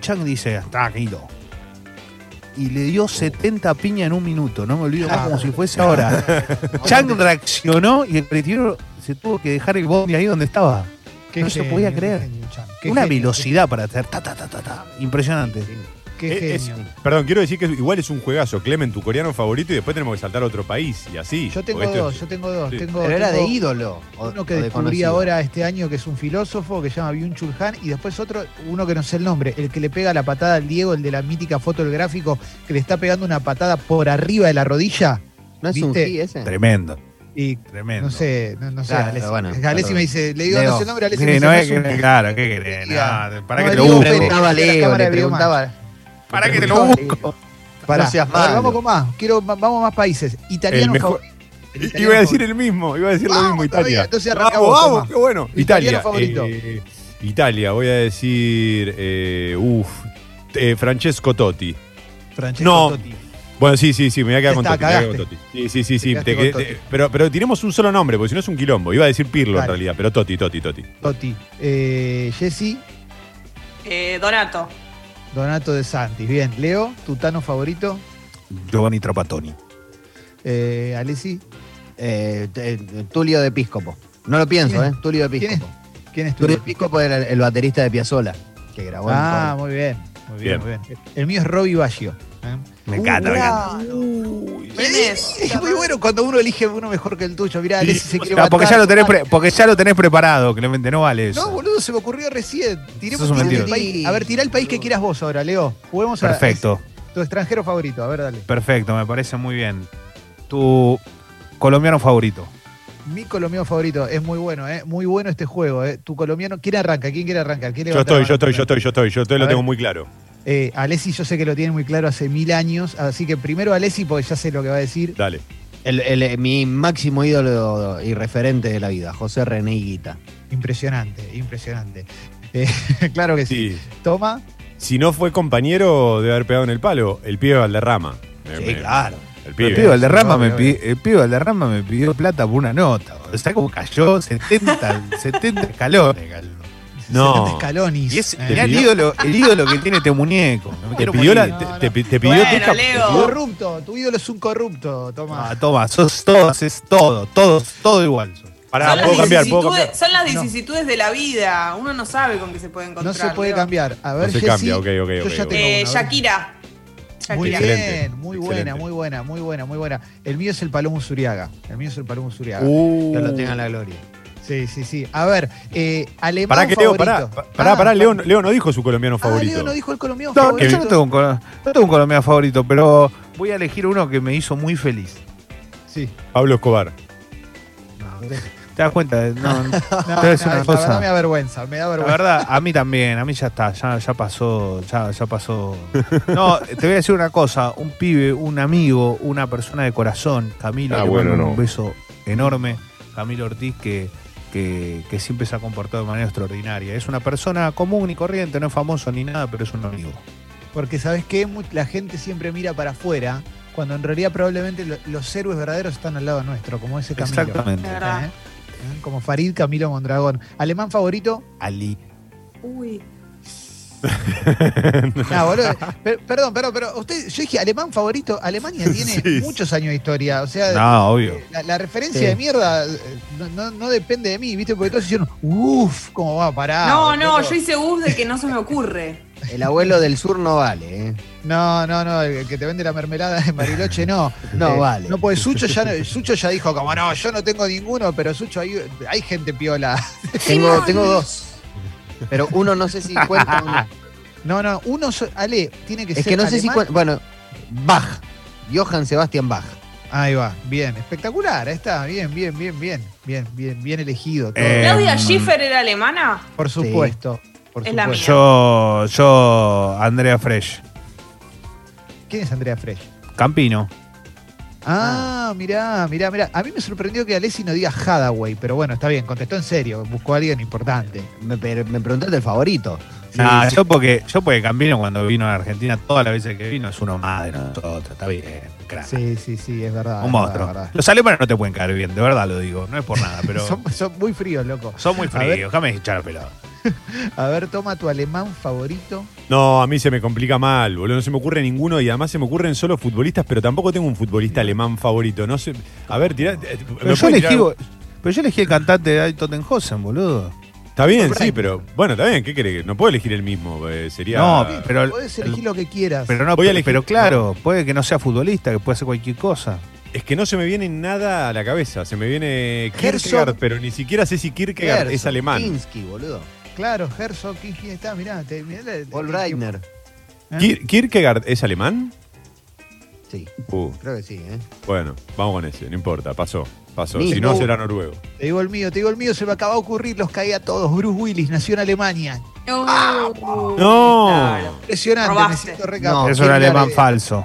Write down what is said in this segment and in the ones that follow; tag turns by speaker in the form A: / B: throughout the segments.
A: Chuck dice, tranquilo. Y le dio 70 piñas en un minuto, no me olvido más como si fuese ahora. Chuck reaccionó y el retiro se tuvo que dejar el bondi ahí donde estaba.
B: Qué
A: No se
B: genio,
A: podía
B: qué
A: creer.
B: genio, Chan. Qué
A: Una
B: genio,
A: velocidad para hacer ta, ta, ta, ta, ta. Impresionante.
B: Qué
C: Eh, es-
B: genio.
C: perdón, quiero decir que igual es un juegazo. Clemen, tu coreano favorito, y después tenemos que saltar a otro país. Y así.
B: Yo tengo
C: porque esto
B: dos,
C: es-
B: yo tengo dos.
C: Sí.
B: Tengo,
D: Pero era de
B: tengo
D: ídolo. o-
B: Uno que
D: o de
B: descubrí
D: conocido.
B: ahora este año que es un filósofo que se llama Byung Chul Han y después otro, uno que no sé el nombre, el que le pega la patada al Diego, el de la mítica foto del gráfico, que le está pegando una patada por arriba de la rodilla.
D: ¿No es un
B: ¿Viste?
D: G ese?
A: Tremendo,
B: Y
A: tremendo.
B: no sé, no, no sé.
D: Claro,
B: Alessi.
D: bueno,
B: Alessi
D: claro.
B: me dice, le digo,
D: Leo.
B: no sé el nombre, Alessi
A: Sí,
B: me dice,
A: no es
B: es un-
A: que, claro, ¿qué querés?
B: Ya.
A: No, para
B: No,
A: que te
B: Diego,
A: lo busco.
D: Le preguntaba a
B: Mira la
D: Leo,
B: cámara
D: le
B: de Video
D: preguntaba.
A: Para que te lo
D: No,
B: eh.
A: busco.
B: Pará,
D: No seas
B: a ver,
D: malo.
B: vamos con más, quiero, va- vamos a más países.
C: El
B: Italiano
C: mejor.
B: favorito. El
C: I-
B: italiano
C: Iba a decir
B: favorito.
C: el mismo, iba a decir lo
B: Vamos
C: mismo,
B: todavía,
C: Italia.
B: entonces
C: Vamos,
B: arrancamos,
C: vamos,
B: Tomás.
C: qué bueno.
B: Italiano
C: Italia.
B: favorito.
C: eh, Italia, voy a decir. Eh, uf, eh, Francesco Totti.
B: Francesco
C: No.
B: Totti.
C: Bueno, sí, sí, sí, me voy a quedar
B: Ya
C: con
B: está,
C: Totti. me voy a quedar
B: cagaste.
C: con Totti. Sí, sí, sí, sí.
B: Te
C: te
B: quedaste
C: quedé-
B: con
C: te-
B: Totti.
C: pero, pero tiremos un solo nombre, porque si no es un quilombo. Iba a decir Pirlo en
B: Dale.
C: realidad, pero Totti, Totti, Totti.
B: Totti. Eh, Jesse,
E: Eh, Donato.
B: Donato de Santis. Bien, Leo, tutano favorito.
A: Giovanni Trapattoni.
B: Eh, Alessi,
D: Eh, t- eh, Tulio de Piscopo. No lo pienso,
B: ¿Quién
D: ¿eh? Tulio de
B: ¿Quién
D: Piscopo.
B: ¿quién es tu
D: Tulio de Piscopo era el, el baterista de Piazzola, que grabó en
B: Ah,
D: Córdoba.
B: muy bien. Muy bien,
C: Bien.
B: muy bien. El mío es Robbie Baggio. ¿eh?
A: Me encanta, me encanta.
E: ¿Quién es?
B: Es muy bueno cuando uno elige uno mejor que el tuyo. Mirá, Alessi se quiere
A: No, porque, ya
B: matar. Ah,
A: lo tenés pre- porque ya lo tenés preparado, Clemente, no vale eso.
B: No, boludo, se me ocurrió recién. Tiremos
A: Sos un
B: tirá el
D: mentiroso.
B: país. A ver, tirá el país que quieras vos ahora, Leo. Juguemos a
A: perfecto,
B: es tu extranjero favorito. A ver, dale.
A: perfecto, me parece muy bien. Tu colombiano favorito.
B: Mi colombiano favorito. Es muy bueno, ¿eh? Muy bueno este juego, ¿eh? Tu colombiano. ¿Quién arranca? ¿Quién quiere arrancar? ¿Quién
C: Yo
B: levanta la
C: estoy, yo
B: mano
C: estoy, yo
B: primero?
C: estoy, yo estoy, yo estoy,
B: A
C: lo
B: ver.
C: tengo muy claro.
B: Eh, Alessi, yo sé que lo tiene muy claro hace mil años. Así que primero Alessi, porque ya sé lo que va a decir.
C: Dale.
D: El- el- eh, mi máximo ídolo y referente de la vida, José René Higuita.
B: Impresionante, impresionante. Eh, claro que sí.
C: Sí.
B: Toma.
C: Si no fue compañero de haber pegado en el palo, el pibe Valderrama. Me- me- El
A: El
C: pibe.
A: pibe Valderrama,
B: Obvio,
A: me, pidió, el pibe Valderrama me pidió plata por una nota. O sea, como cayó 70, 70 escalones. cayó.
C: No.
B: Fernández Scaloni.
A: Y es
B: Eh,
A: mirá el ídolo, el ídolo que tiene este muñeco. No me
C: Te
A: quiero
C: pidió
A: morir.
C: la. Te, te- te pidió
E: Bueno,
C: teca-
E: Leo.
C: te pidió-
B: corrupto. Tu ídolo es un corrupto, Tomás.
A: Ah, toma, sos todos, es todo, todos, todo igual. sos.
C: Pará,
E: son,
C: puedo
E: las
C: cambiar, puedo
E: vicisitudes-
C: cambiar.
E: son las
B: No.
E: vicisitudes de la vida. Uno no sabe con qué se puede encontrar.
B: no se puede
E: Leo.
B: cambiar. A ver,
C: No se
B: Jessy,
C: cambia, ok, ok,
B: yo
C: ok,
B: ya
C: ok.
B: tengo
E: Eh,
B: una, a ver.
E: Shakira.
B: Muy
E: Shakira.
C: Excelente,
B: bien, muy
C: excelente.
B: buena, muy buena, muy buena, muy buena. El mío es el Palomo Zuriaga. El mío es el Palomo Zuriaga.
C: Uh.
D: Que lo tenga la gloria.
B: Sí, sí, sí. A ver, eh, alemán
C: Pará, que Leo,
B: favorito.
C: pará. Pará,
B: Ah,
C: pará, Leo,
B: ah,
C: Leo no dijo su colombiano favorito.
B: Leo no dijo el colombiano
A: No,
B: favorito.
A: yo no tengo, un, colo- no tengo un colombiano favorito, pero voy a elegir uno que me hizo muy feliz.
B: Sí.
C: Pablo Escobar.
A: ¿Te das cuenta? No, no,
B: No,
A: es
B: no,
A: una
B: la
A: cosa.
B: verdad me da vergüenza, me da
A: La
B: vergüenza.
A: verdad, a mí también, a mí ya está, ya, ya pasó, ya, ya pasó. No, te voy a decir una cosa, un pibe, un amigo, una persona de corazón, Camilo,
F: Ah,
A: le
F: bueno,
A: mando
F: no.
A: un beso enorme, Camilo Ortiz, que, que, que siempre se ha comportado de manera extraordinaria. Es una persona común y corriente, no es famoso ni nada, pero es un amigo.
B: Porque sabes que la gente siempre mira para afuera, cuando en realidad probablemente lo- los héroes verdaderos están al lado nuestro, como ese Camilo.
A: Exactamente.
E: Es verdad.
B: ¿Eh? ¿Eh? Como Farid Camilo Mondragón. ¿Alemán favorito?
A: Ali.
E: Uy.
B: No, boludo. Per- perdón, perdón, pero usted, yo dije alemán favorito. Alemania tiene
C: Sí.
B: muchos años de historia. O sea,
A: No, obvio.
B: eh, la, la referencia
D: Sí.
B: de mierda eh, no, no- no depende de mí, ¿viste? Porque todos hicieron, uff, ¿cómo va a parar?
E: no, no,
B: loco?
E: yo hice bus de que no se me ocurre.
D: El abuelo del sur no vale, ¿eh?
B: No, no, no, el que te vende la mermelada en Bariloche, no.
D: No vale.
B: No, pues Sucho ya, no- Sucho ya dijo, como no, yo no tengo ninguno, pero Sucho, hay, hay gente piola.
D: Tengo, tengo dos. Pero uno no sé si cuenta. o no.
B: No, no, uno, so- Ale, tiene que
D: Es
B: ser.
D: que no sé si
B: alemán.
D: cuenta. Bueno, Bach. Johann Sebastian Bach.
B: Ahí va, bien, espectacular, ahí está, bien, bien, bien, bien, bien, bien, bien elegido. todo.
A: Eh,
E: ¿Claudia
C: Em.
A: Mm.
E: Schiffer era alemana?
B: por supuesto. Por
E: Es la
B: supuesto.
E: mía.
A: Yo, yo, Andrea Fresh.
B: ¿Quién es Andrea Fresh?
A: Campino.
B: Ah, mirá, mirá, mirá. A mí me sorprendió que Alessi no diga Hadaway, pero bueno, está bien, contestó en serio, buscó a alguien importante.
D: Me, pero me preguntaste el favorito.
A: Nah,
D: sí.
A: Yo, porque, yo porque Camino cuando vino a Argentina, todas las veces que vino, es uno más
D: Ah.
A: de nosotros. Está bien, crack.
B: Sí, sí, sí, es verdad.
A: Un
B: es
A: monstruo.
B: verdad, es verdad.
A: Los alemanes no te pueden caer bien, de verdad lo digo. No es por nada, pero son,
B: Son, son muy fríos, loco.
A: muy
B: A ver.
A: fríos. Déjame echar la pelota.
B: A ver, toma tu alemán favorito.
C: No, a mí se me complica mal, boludo. No se me ocurre ninguno y además se me ocurren solo futbolistas, pero tampoco tengo un futbolista alemán favorito. No sé. A ver, tirá. eh, ¿me
A: Pero yo,
C: pueden
A: elegí,
C: tirar-
A: pero yo elegí el cantante de Tottenhausen, boludo.
C: Está bien, sí, pero. Bueno, está bien, ¿qué querés? No puedo elegir el mismo. eh, sería.
A: No, pero,
B: Puedes elegir lo que quieras.
A: pero no,
C: Voy
A: pero,
C: a elegir-
A: pero claro, puede que no sea futbolista, que puede ser cualquier cosa.
C: Es que no se me viene nada a la cabeza. Se me viene
B: Herzog.
C: Kierkegaard, pero ni siquiera sé si Kierkegaard es
D: Gerson,
C: alemán.
D: Kinski, boludo.
B: Claro, Herzog, ¿quién quién está? Mirá, te, mirá la-
D: Paul Reiner.
B: ¿Eh?
C: Kier- ¿Kierkegaard es alemán?
D: Sí,
C: Uh,
D: creo que sí, ¿eh?
C: bueno, vamos con ese, no importa, pasó. Pasó.
D: Ni-
C: Si no,
D: Uh.
C: será noruego.
B: Te digo el mío, te digo el mío, se me acaba de ocurrir, los caí a todos. Bruce Willis nació en Alemania.
E: No.
B: Ah.
E: Uh.
C: No.
B: Impresionante,
E: Robaste.
B: me siento recapaz.
D: No,
A: es un
B: Kierkegaard,
A: alemán
B: eh,
A: falso.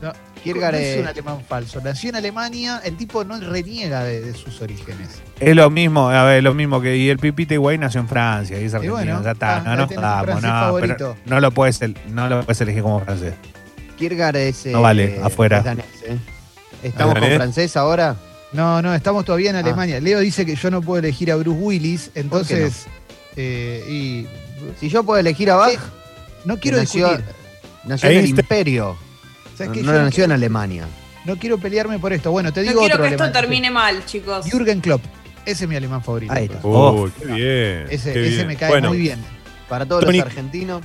B: No,
D: Kierkegaard
B: no es
D: es-
B: un alemán falso. Nació en Alemania, el tipo no reniega de, de sus orígenes.
A: Es lo mismo, a ver, es lo mismo que y el Pipita Higuaín nació en Francia y es argentino,
B: bueno,
A: ya está,
B: ah,
A: no
B: ahí
A: nos
B: tenés un
A: damos,
B: francés
A: no, pero
B: favorito.
A: no lo puedes el- no lo puedes elegir como francés.
D: Kierkegaard es.
A: No vale, afuera.
D: es danés, ¿eh? Estamos con
C: ¿Danés?
D: francés ahora.
B: No, no, estamos todavía en
D: Ah.
B: Alemania. Leo dice que yo no puedo elegir a Bruce Willis, entonces. eh, y
D: Si yo puedo elegir a Bach,
B: Sí, no quiero
D: nació,
B: discutir.
D: nació en el
C: Einstein.
D: imperio.
B: ¿Sabes
D: no
B: qué?
D: no
B: Yo no,
D: nació
B: quiero,
D: en Alemania.
B: no quiero pelearme por esto. Bueno, te
E: No
B: digo
E: quiero
B: otro
E: que esto
B: alemán.
E: termine mal, chicos.
B: Jürgen Klopp. Ese es mi alemán favorito.
D: Ahí está.
C: Uh,
A: Oh.
C: qué bien.
B: Ese,
C: qué
B: ese
C: bien.
B: me cae
C: Bueno,
B: muy bien.
D: Para todos
C: Tony-
D: los argentinos.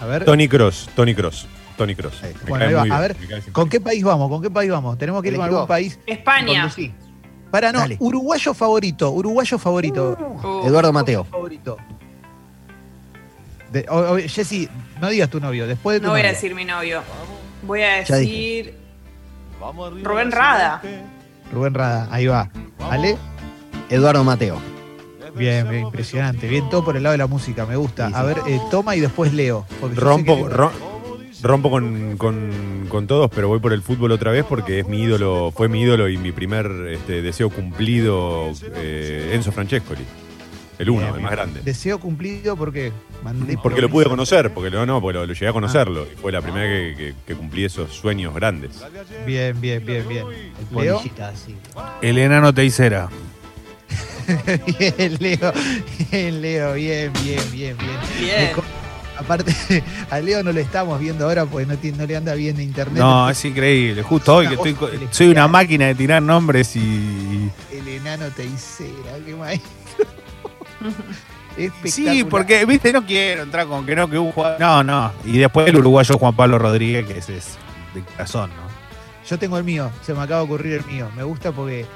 B: A ver,
C: Tony Cross, Tony Cross, Tony Cross.
D: Ahí está.
C: Me
B: Bueno,
C: cae
B: ahí va.
C: muy
B: A
C: bien,
B: ver,
C: me cae sin-
B: ¿con qué país vamos? ¿Con qué país vamos? Tenemos que ir con
D: Elegí
B: algún
D: vos.
B: país.
E: España.
D: Conducí.
B: Para no,
D: Dale.
B: uruguayo favorito, uruguayo favorito.
E: Uh,
D: Eduardo Mateo.
B: favorito. De- o- o- Jessy, no digas tu novio, después de tu
E: No voy a
B: novio.
E: decir mi novio. Voy a
D: Ya
E: decir. Rubén Rada.
B: Rubén Rada, ahí va. ¿Vale?
D: Eduardo Mateo.
B: Bien, bien, impresionante. Bien, todo por el lado de la música, me gusta.
D: Sí, sí.
B: A ver, eh, toma y después leo. porque yo sé
C: Rompo,
B: que-
C: ro- rompo con, con- con todos, pero voy por el fútbol otra vez porque es mi ídolo, fue mi ídolo y mi primer este, deseo cumplido, eh, Enzo Francescoli. El uno,
B: Bien,
C: el
B: bien.
C: más grande.
B: Deseo cumplido porque mandé
C: Porque lo pude
B: promesa.
C: conocer, porque lo, no, porque lo, lo llegué a conocerlo. Y fue la primera que, que- que cumplí esos sueños grandes.
B: Bien, bien, bien, bien. Leo.
D: Polillita, sí.
A: El enano Teisera.
B: Bien, Leo. Bien, Leo. Bien, bien, bien, bien.
E: Bien.
B: Me co- Aparte, a Leo no lo estamos viendo ahora porque no, tiene- no le anda bien de internet. Este
A: No, es increíble. Justo hoy que estoy co- soy una máquina de tirar nombres y
B: El enano Teisera, qué maestro.
A: Sí,
B: Espectacular.
A: porque viste, no quiero entrar con que no que un jugador. No, no. Y después el uruguayo Juan Pablo Rodríguez, que ese es de corazón, ¿no?
B: Yo tengo el mío, se me acaba de ocurrir el mío. Me gusta porque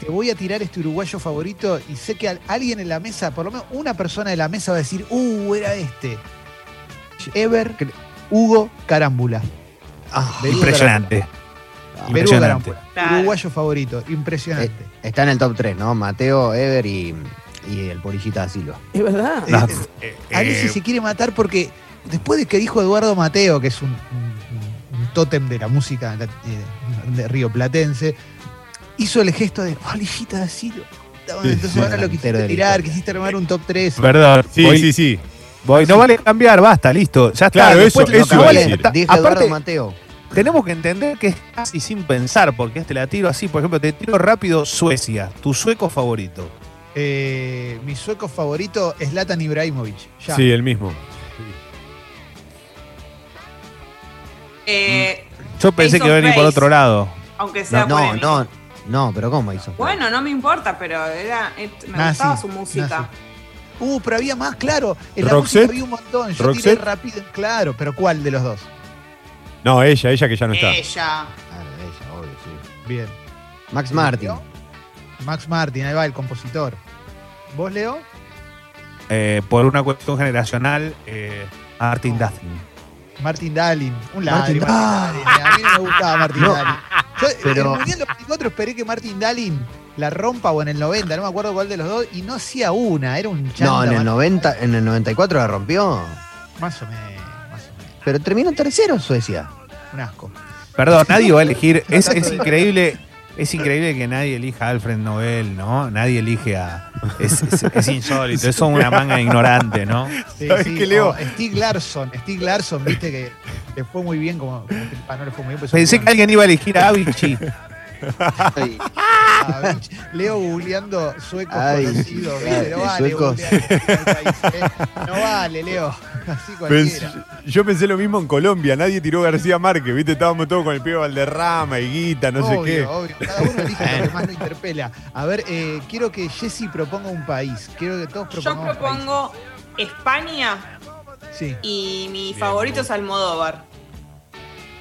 B: te voy a tirar este uruguayo favorito y sé que al- alguien en la mesa, por lo menos una persona de la mesa va a decir, uh, era este. Ever Hugo Carámbula.
D: Ah,
B: Perú
A: Impresionante.
B: Carámbula. Perú
A: Impresionante.
B: Carámbula.
E: Claro.
B: Uruguayo favorito, impresionante.
D: eh, está en el top 3, ¿no? Mateo, Ever y, y el Polillita da Silva.
F: Es verdad.
B: Eh,
A: No,
B: eh,
A: eh,
B: Alessi
A: eh,
B: se quiere matar porque después de que dijo Eduardo Mateo, que es un, un- un tótem de la música eh, de Río Platense, hizo el gesto de "Oh, polillita de asilo.
C: Sí,
B: Entonces
C: sí.
B: ahora lo
D: Delantero
B: quisiste
D: de la
B: tirar,
D: historia.
B: quisiste armar un top 3.
A: Perdón.
C: Sí,
A: voy-
C: sí, sí.
A: voy. No vale cambiar, basta, listo. Ya está.
C: Claro,
A: Después-
C: Eso
D: No
C: iba a
D: cambié,
C: decir.
A: está-
D: Dije
A: aparte,
D: Eduardo Mateo.
A: tenemos que entender que es casi sin pensar, porque este la tiro así. Por ejemplo, te tiro rápido Suecia, tu sueco favorito.
B: Eh, mi sueco favorito es Latan Ibrahimovic. Ya.
C: Sí, el mismo.
E: Eh,
A: Yo pensé
E: Face
A: que iba a
E: of
A: venir por
E: face.
A: otro lado.
E: aunque sea.
D: No, no,
E: polémico.
D: no, no, pero ¿cómo hizo?
E: Bueno, no me importa, pero era, et- me
A: Ah,
B: Nazi,
E: gustaba su música.
B: Uh, pero había más, claro. En la
C: Roxette.
B: música había un montón. Yo tiré
C: Roxette.
B: rápido, claro. Pero ¿cuál de los dos?
C: No, ella, ella que ya no está.
E: Ella.
D: Claro, Ah, ella, obvio, sí.
B: Bien.
D: Max Martin.
B: ¿Leo? Max Martin, ahí va el compositor. ¿Vos, Leo?
A: Eh, por una cuestión generacional, eh, Martin Dustin.
B: Martin Dalin. Un ladri.
D: Martin
B: Martin Dalin. A mí no me gustaba Martin
D: No,
B: Dalin. Yo
D: pero-
B: en el Mundial 94 esperé que Martin Dalin la rompa o en el 90, no me acuerdo cuál de los dos, y no hacía una, era un chanta.
D: No, en el,
B: Martin
D: 90, en el 94 la rompió.
B: Dalin. Más o menos, más o menos.
D: Pero terminó tercero Suecia.
B: Un asco.
A: Perdón, nadie va a elegir. Es, es increíble. Es increíble que nadie elija a Alfred Nobel, ¿no? Nadie elige a. Es, es- es insólito, es una manga ignorante, ¿no?
B: Sí,
C: ¿Sabes
B: sí,
C: qué, Leo?
B: o Steve Larson, Steve Larson, viste que le fue muy bien como. como que- ah, no le fue muy bien, pero
A: Pensé que alguien iba a elegir a Avicii.
D: Ay,
B: Ah, bitch, Leo googleando suecos
D: Ay,
B: conocidos,
D: sí,
B: viste, no
D: claro,
B: vale
D: suecos.
B: googlear país, eh. No vale, Leo. Así
C: Pens-
B: cualquiera.
C: yo pensé lo mismo en Colombia, nadie tiró García Márquez, ¿viste? Estábamos todos con el pie de Valderrama, Higuita, no
B: obvio,
C: sé qué.
B: obvio. Cada uno elige lo que más lo interpela. A ver, eh, quiero que Jesse proponga un país. Quiero que todos
E: Yo
B: propongamos.
E: propongo España
B: países. Sí.
E: y mi
C: Bien,
E: favorito
C: bien.
E: es Almodóvar.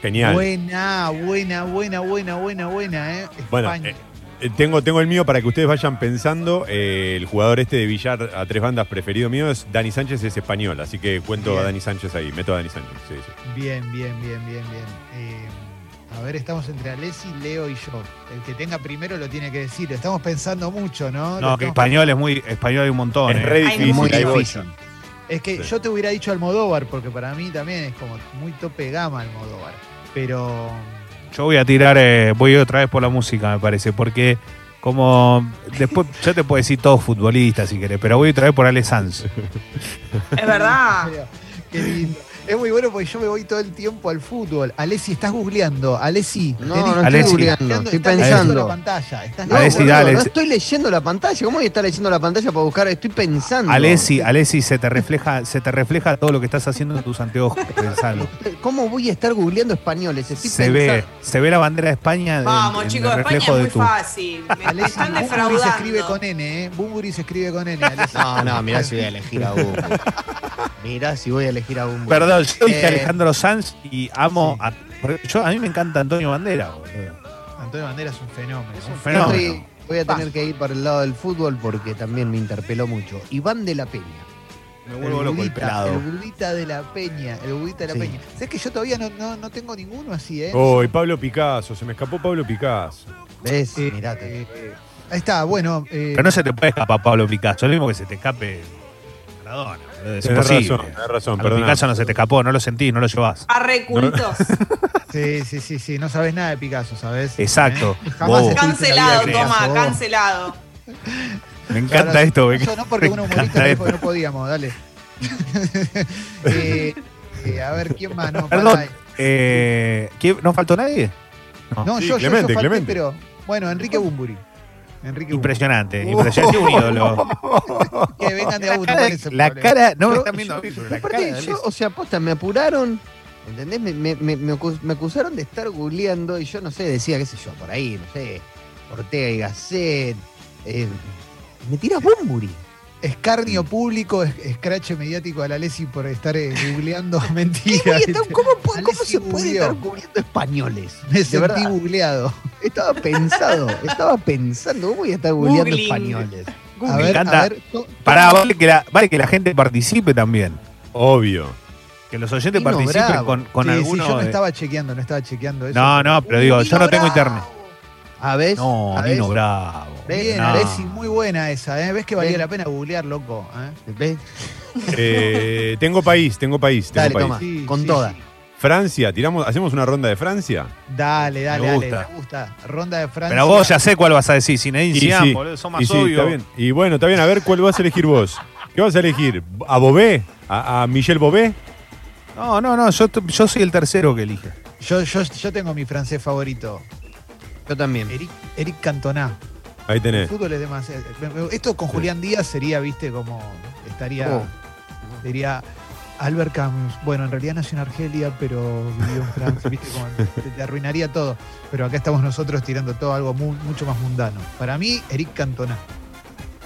C: Genial.
B: Buena, buena, buena, buena, buena, buena, ¿eh?
C: Bueno,
B: España.
C: eh, eh, tengo, tengo el mío para que ustedes vayan pensando. Eh, el jugador este de billar a tres bandas preferido mío es Dani Sánchez, es español, así que cuento
B: Bien.
C: a Dani Sánchez ahí, meto a Dani Sánchez. sí, sí.
B: Bien, bien, bien, bien, bien. Eh, a ver, estamos entre Alessi, Leo y yo. El que tenga primero lo tiene que decir. Lo estamos pensando mucho, ¿no? Lo
A: No, que
B: estamos-
A: español es muy. Español hay un montón.
C: Es
A: ¿eh?
C: re
E: Ay,
C: difícil,
D: muy
E: sí,
C: ahí voy.
D: difícil.
B: Es que
C: Sí.
B: yo te hubiera dicho Almodóvar, porque para mí también es como muy tope de gama Almodóvar. Pero.
A: Yo voy a tirar, eh, voy otra vez por la música, me parece, porque como después yo te puedo decir todos futbolistas si querés, pero voy otra vez por Ale Sanz.
E: Es verdad.
B: Pero, qué lindo. Es muy bueno porque yo me voy todo el tiempo al fútbol. Alessi, estás googleando. Alessi,
D: No,
B: tenés-
D: no estoy
A: Alessi.
D: googleando, estoy
B: estás leyendo
D: pensando.
B: la pantalla. Estás
D: No,
A: Alessi,
D: boludo,
A: dale.
D: no estoy leyendo la pantalla. ¿Cómo voy a estar leyendo la pantalla para buscar? Estoy pensando.
A: Alessi, Alessi, se te refleja, se te refleja todo lo que estás haciendo en tus anteojos, pensalo.
D: ¿Cómo voy a estar googleando españoles? Estoy
A: Se ve,
D: pensando.
A: se ve la bandera de España en-
E: Vamos,
A: en
E: chicos,
A: el
E: España es
A: reflejo
E: muy
A: de tu.
E: fácil. Me- Me
B: Alessi,
E: están
B: Bumburi se escribe
E: defraudando.
B: con N, ¿eh? Bumburi se escribe con N. Alessi.
D: No, no, mirá si voy a elegir a Bumbo. Mirá si voy a elegir a Bumbo.
A: Perdón, yo dije
D: Eh,
A: Alejandro Sanz y amo
B: sí.
A: a, porque yo, a mí me encanta Antonio Bandera, boludo.
B: Antonio Bandera es un fenómeno.
A: Es un
D: Yo estoy-
A: fenómeno.
D: voy a tener que ir para el lado del fútbol porque también me interpeló mucho. Iván de la Peña.
A: Me vuelvo loco el
B: budita,
A: pelado.
B: el budita de la peña, el budita de la
D: Sí.
B: peña. ¿Sabes que yo todavía no, no, no tengo ninguno así, eh?
C: Oh, y Pablo Picasso, se me escapó Pablo Picasso.
D: ¿Ves?
B: Eh,
D: Mirá. te-
B: eh, ahí está, bueno. eh,
A: Pero no se te puede escapar Pablo Picasso, lo mismo que se te escape Maradona. boludo, Es
C: Tenés
A: imposible.
C: razón, tenés razón,
A: A Pablo
C: perdón.
A: Picasso no se te escapó, no lo sentís, no lo
B: Ah,
A: llevás.
E: Arrecultos.
B: Sí, sí, sí, sí, no sabes nada de Picasso, ¿sabes?
A: Exacto.
B: ¿Eh? Jamás
A: Bobo.
B: estuviste en la vida
E: Cancelado,
B: de
E: toma,
B: Picasso, vos.
E: cancelado.
A: Me encanta
B: Ahora,
A: esto, me,
B: Picasso No porque
A: me
B: uno humorista
A: encanta
B: dijo
A: esto.
B: que no podíamos, dale. Eh, eh, a ver, ¿quién más? No,
A: Perdón,
B: pará.
A: eh, ¿qué- ¿no faltó nadie?
B: No,
C: Sí,
B: yo, yo- yo,
C: Clemente,
B: falté,
C: Clemente.
B: pero. Bueno, Enrique Bumburi. Enrique Bumburi.
A: Impresionante, impresionante, un ídolo.
B: Que vengan de a uno.
A: La
B: ¿cuál
A: cara,
B: es el
A: la
B: problema?
A: cara- no me
D: Yo-
A: están viendo a mí, pero la cara de
D: Aparte, yo, o sea, posta, me apuraron. ¿Entendés? Me, me- me- me acus- me acusaron de estar googleando y yo no sé, decía, qué sé yo, por ahí, no sé, Ortega y Gasset. eh, me tiras Bumburi.
B: Escarnio público, es- escrache mediático a la Lesi por estar eh, googleando
D: ¿Qué
B: mentiras.
D: voy a estar- ¿Cómo, pu- cómo
B: Alessi
D: se puede
B: googleó.
D: estar googleando españoles?
B: Me
D: De verdad.
B: sentí googleado.
D: Estaba pensado, estaba pensando, ¿cómo voy a estar googleando
E: Googling.
D: españoles?
A: Me
B: A ver,
A: encanta.
B: a ver. to-
A: Pará, vale que, la, vale que la gente participe también.
C: Obvio.
A: Que los oyentes
D: Tino
A: participen
D: Bravo.
A: con, con
B: Sí, sí,
A: alguno
B: yo no
A: de-
B: estaba chequeando, no estaba chequeando eso.
A: No, no, pero digo, yo no tengo internet.
D: A ver,
A: No,
D: a ver,
A: Nino Bravo.
B: Bien,
A: No.
B: Alessi, muy buena esa, ¿eh? ¿Ves que valía
D: Ven.
B: la pena googlear, loco? eh?
D: ¿ves?
C: Eh, tengo país, tengo país, tengo
D: Dale,
C: país.
D: toma, con toda.
C: Francia, tiramos, hacemos una ronda de Francia.
B: Dale, dale,
A: Me
B: dale,
A: gusta.
B: me gusta. Ronda de Francia.
A: Pero vos ya sé cuál vas a decir, Zinedine
C: Y
A: Zidane,
C: sí,
A: boludo, son
C: y
A: más
C: sí, está
A: obvios.
C: bien. Y bueno, está bien, a ver cuál vas a elegir vos. ¿Qué vas a elegir? ¿A Bobé? ¿A, a Michel Bobé?
A: No, no, no, yo, t- yo soy el tercero que elige.
B: Yo, yo, yo tengo mi francés favorito,
D: Yo también.
B: Eric, Eric Cantona.
C: Ahí tenés.
B: Fútbol es demasiado. me- me- Esto con Julián Díaz sería, viste, como estaría.
D: Oh.
B: Sería Albert Camus. Bueno, en realidad nació en Argelia, pero vivió en Francia, viste, como te, te arruinaría todo. Pero acá estamos nosotros tirando todo algo mu- mucho más mundano. Para mí, Eric Cantona.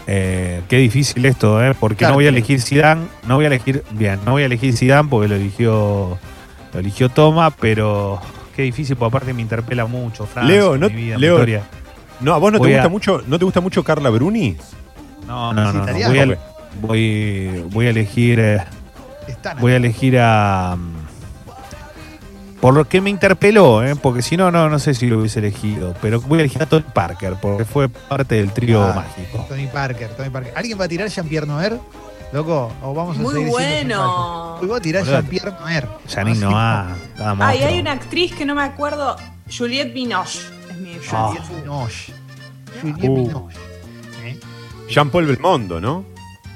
A: Eh, qué difícil esto, ¿eh? Porque
D: Claro.
A: no voy a elegir Zidane, no voy a elegir, bien, no voy a elegir Zidane porque lo eligió, lo eligió Toma, pero qué difícil, porque aparte me interpela mucho Francia,
C: Leo, no-
A: mi vida, mi
C: Leo,
A: historia.
C: No, ¿a vos no te
A: Voy
C: gusta
A: a-
C: mucho, no te gusta mucho Carla Bruni?
A: No, no, no, no,
B: italiano.
A: Voy, a, voy, voy a elegir, eh,
B: Están
A: voy a elegir a mm, por lo que me interpeló, ¿eh? porque si no, no, no sé si lo hubiese elegido, pero voy a elegir a Tony Parker, porque fue parte del trío
B: Ah,
A: mágico.
B: Tony Parker, Tony Parker. ¿Alguien va a tirar Jean-Pierre Noer? Loco, o vamos a
E: Muy
B: seguir diciendo
E: bueno.
B: Jean-Pierre? Hoy voy a tirar
A: Boludo.
B: Jean-Pierre Noer.
A: Janine
C: Ah,
B: Así-
A: Noah, cada
E: Ay,
A: monstruo.
E: hay una actriz que no me acuerdo, Juliette Binoche. Es mi
A: Ah.
B: Juliette Binoche. Juliette
C: Uh.
B: Binoche. ¿eh?
C: Jean-Paul Belmondo, ¿no?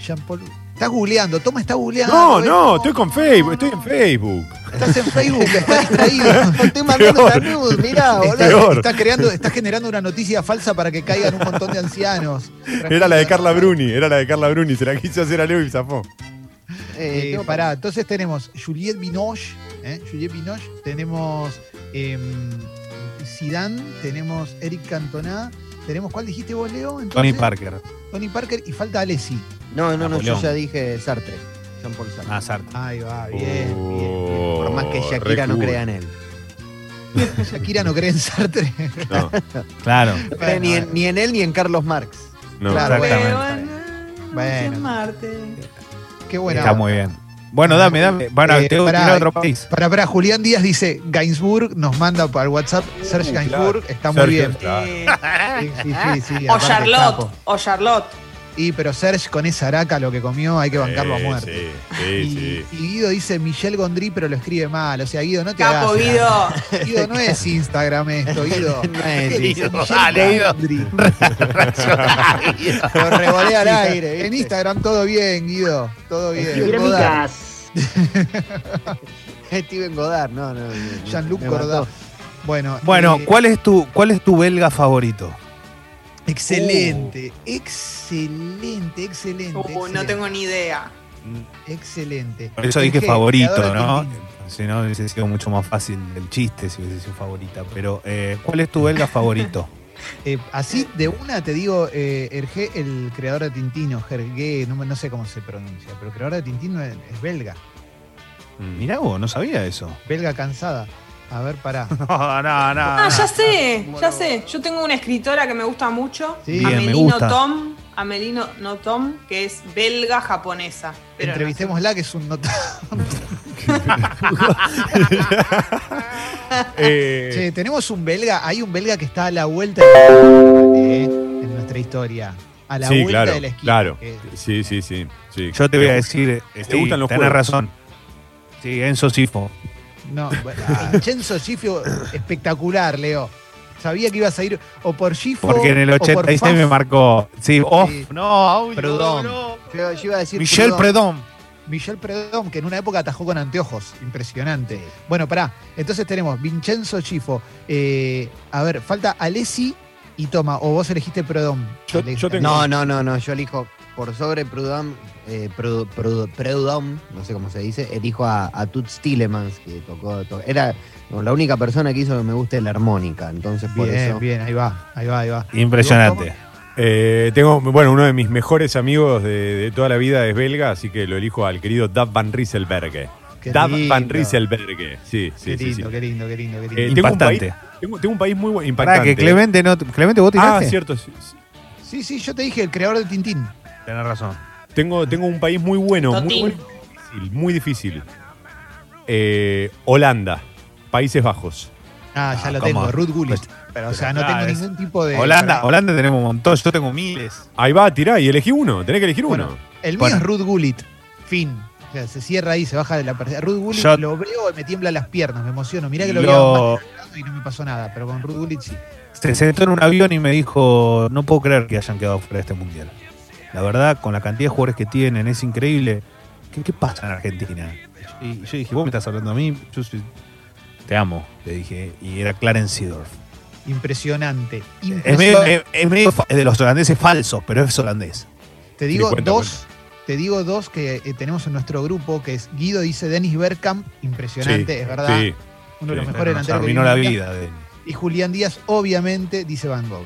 B: Jean-Paul. Está googleando, toma, está googleando.
C: No,
B: ¿eh?
C: no, estoy con Facebook, estoy en Facebook.
B: Estás en Facebook, estás distraído.
D: Te estoy mandando
C: Peor.
D: la news, mirá,
B: Está-
D: boludo.
C: peor.
B: está creando, está generando una noticia falsa para que caigan un montón de ancianos.
C: Era la de Carla Bruni, era la de Carla Bruni, se la quiso hacer a Leo y zafó.
D: Eh,
B: Eh,
D: tengo-
B: pará, entonces tenemos Juliette Binoche, ¿eh? Juliette Binoche, tenemos Sidán, tenemos Eric Cantona, tenemos, ¿cuál dijiste vos, Leo? Entonces,
A: Tony Parker.
B: Tony Parker y falta Alessi.
D: No, no, no, yo
A: Napoleón.
D: ya dije Sartre. Jean Paul Sartre.
A: Ah, Sartre.
B: Ahí va, bien,
C: Oh.
B: bien.
D: Por más que Shakira no crea en él.
B: Shakira no cree en Sartre.
C: No,
A: Claro.
D: No cree ni, en, ni en él ni en Carlos Marx.
C: no.
B: Claro,
A: Exactamente.
B: Bueno.
E: Bueno, Marte.
B: Qué buena.
A: Está muy bien. Bueno, dame, dame. Bueno,
B: Eh,
A: tengo que
B: pará,
A: ir a otro país.
B: Para, para, Julián Díaz dice, Gainsbourg nos manda para el WhatsApp, Serge
C: Uh,
B: Gainsbourg, está muy
C: Sergio,
B: bien.
C: claro.
E: Eh,
B: Sí, sí, sí, sí,
E: o
B: aparte,
E: Charlotte,
B: capo.
E: o Charlotte.
B: Y pero Serge con esa araca lo que comió, hay que bancarlo a
C: Sí,
B: muerte.
C: Sí, sí,
B: Y, y Guido dice Michel Gondry, pero lo escribe mal. O sea, Guido, no te
E: Capo
B: hagas.
E: Guido.
B: Guido no es Instagram esto, Guido.
D: No es
B: Guido,
A: dale, Guido.
D: Lo revolea al aire.
B: En
D: ¿viste?
B: Instagram todo bien, Guido. Todo bien.
D: Quiero
B: Godard.
D: Steven Godard, no, no. no,
B: Jean-Luc
D: me mató.
B: Godard. Bueno,
A: Bueno,
B: eh,
A: ¿cuál es tu, cuál es tu belga favorito?
B: excelente, excelente, excelente.
E: Uh, no
B: excelente,
E: tengo ni idea.
B: Excelente.
A: Por eso
B: Es
A: dije
B: que
A: favorito,
B: creador
A: ¿no?
B: argentino.
A: Si no, hubiese sido mucho más fácil el chiste si hubiese sido favorita. Pero, eh, ¿cuál es tu belga favorito?
B: Eh, así de una te digo, eh, Hergé, el creador de Tintino, Hergé, no, me- no sé cómo se pronuncia, pero el creador de Tintino es- es belga.
C: sí.
A: Mirá vos, no sabía eso.
B: Belga cansada. A ver, pará.
A: No, no, no.
E: Ah, ya sé, ya sé. Yo tengo una escritora que me gusta mucho,
B: Sí.
A: Bien, me
E: Amelino
A: gusta.
E: Tom, Amelino no Tom, que es belga japonesa. Pero no
B: Entrevistémosla, que es un nota.
C: Eh,
B: ah, Che, tenemos un belga, hay un belga que está a la vuelta de la esquina, eh, en nuestra historia. A la
C: Sí,
B: vuelta
C: claro,
B: de la esquina.
C: claro.
B: que-
C: sí, sí, sí, sí. Eh,
A: Yo te voy a decir, eh,
C: ¿Te
A: sí,
C: gustan los
A: tenés
C: juegos?
A: razón. Sí, Enzo Sifo.
B: no, bueno, Vincenzo Gifio, espectacular, Leo. Sabía que ibas a ir o por Gifo.
A: Porque en el
B: o por
A: 86 me
B: Faf.
A: marcó. Sí, off.
B: Sí.
A: No, uy,
B: Perdón.
A: no, no.
D: Yo, yo iba a decir.
A: Michel
D: Proudhon.
A: Predom.
B: Michel Predom, que en una época atajó con anteojos. Impresionante. Bueno, pará. Entonces tenemos Vincenzo Gifo. eh, a ver, falta Alessi y Toma. O vos elegiste Predom.
C: Yo-
B: Alessi.
C: yo tengo-
D: No, no, no, no. Yo elijo por sobre Prudhomme, eh, Prud- Prud- Prudhomme, no sé cómo se dice, elijo a, a Toots Tillemans, que tocó. to- era la única persona que hizo que me guste la armónica. Entonces, por
B: Bien,
D: eso.
B: bien, ahí va, ahí va, ahí va.
A: Impresionante.
C: Eh, tengo, bueno, uno de mis mejores amigos de, de toda la vida es belga, así que lo elijo al querido Dab Van Rieselberghe.
B: Qué
C: Dab
B: lindo.
C: Van Rieselberghe, sí, sí,
B: Qué
C: sí. sí.
B: lindo, qué lindo, qué lindo, qué lindo.
C: Eh, tengo, un país,
A: Impactante.
C: tengo, tengo un país muy bu- impactante.
A: Pará, que Clemente no. Clemente, ¿vos
C: ah,
A: tiraste?
C: cierto. sí, sí.
B: Sí, sí, yo te dije, el creador de Tintín.
A: Tenés razón.
C: Tengo, tengo un país muy bueno, muy,
E: Totín.
C: bueno, difícil, muy difícil. Eh, Holanda, Países Bajos.
B: Ah, ya
A: Ah,
B: lo
A: ¿cómo?
B: tengo, Ruth Gullit.
A: Pues-
B: pero, o sea, no
A: ah,
B: tengo
A: es-
B: ningún tipo de.
A: Holanda,
B: para-
A: Holanda tenemos un montón. Yo tengo miles.
C: Ahí va, tirá y elegí uno, tenés que elegir
B: Bueno,
C: uno.
B: El mío
A: Bueno.
B: es Ruth Gullit. Fin. O sea, se cierra ahí, se baja de la partida. Ruth Gullit
A: Yo-
B: lo veo y me tiemblan las piernas, me emociono. Mirá que lo, veo
A: Lo,
B: y no me pasó nada, pero con Ruth Gullit sí.
A: se sentó en un avión y me dijo: No puedo creer que hayan quedado fuera de este mundial. La verdad, con la cantidad de jugadores que tienen, es increíble. ¿Qué, qué pasa en Argentina? Y yo dije: Vos me estás hablando a mí. Yo soy- te amo, le dije. Y era Clarence Seedorf.
B: Impresionante.
A: Es medio,
B: impresionante.
A: es- es medio fa- de los holandeses falsos, pero es holandés.
B: Te digo
C: cuenta,
B: dos. Te digo dos que eh, tenemos en nuestro grupo, que es Guido dice Dennis Bergkamp, impresionante, es verdad,
C: Sí,
B: uno de los
C: sí.
B: mejores
A: Nos
B: delanteros que
A: arruinó
B: vi
A: la
B: nunca.
A: vida. de-
B: Y Julián Díaz, obviamente, dice Van Gogh.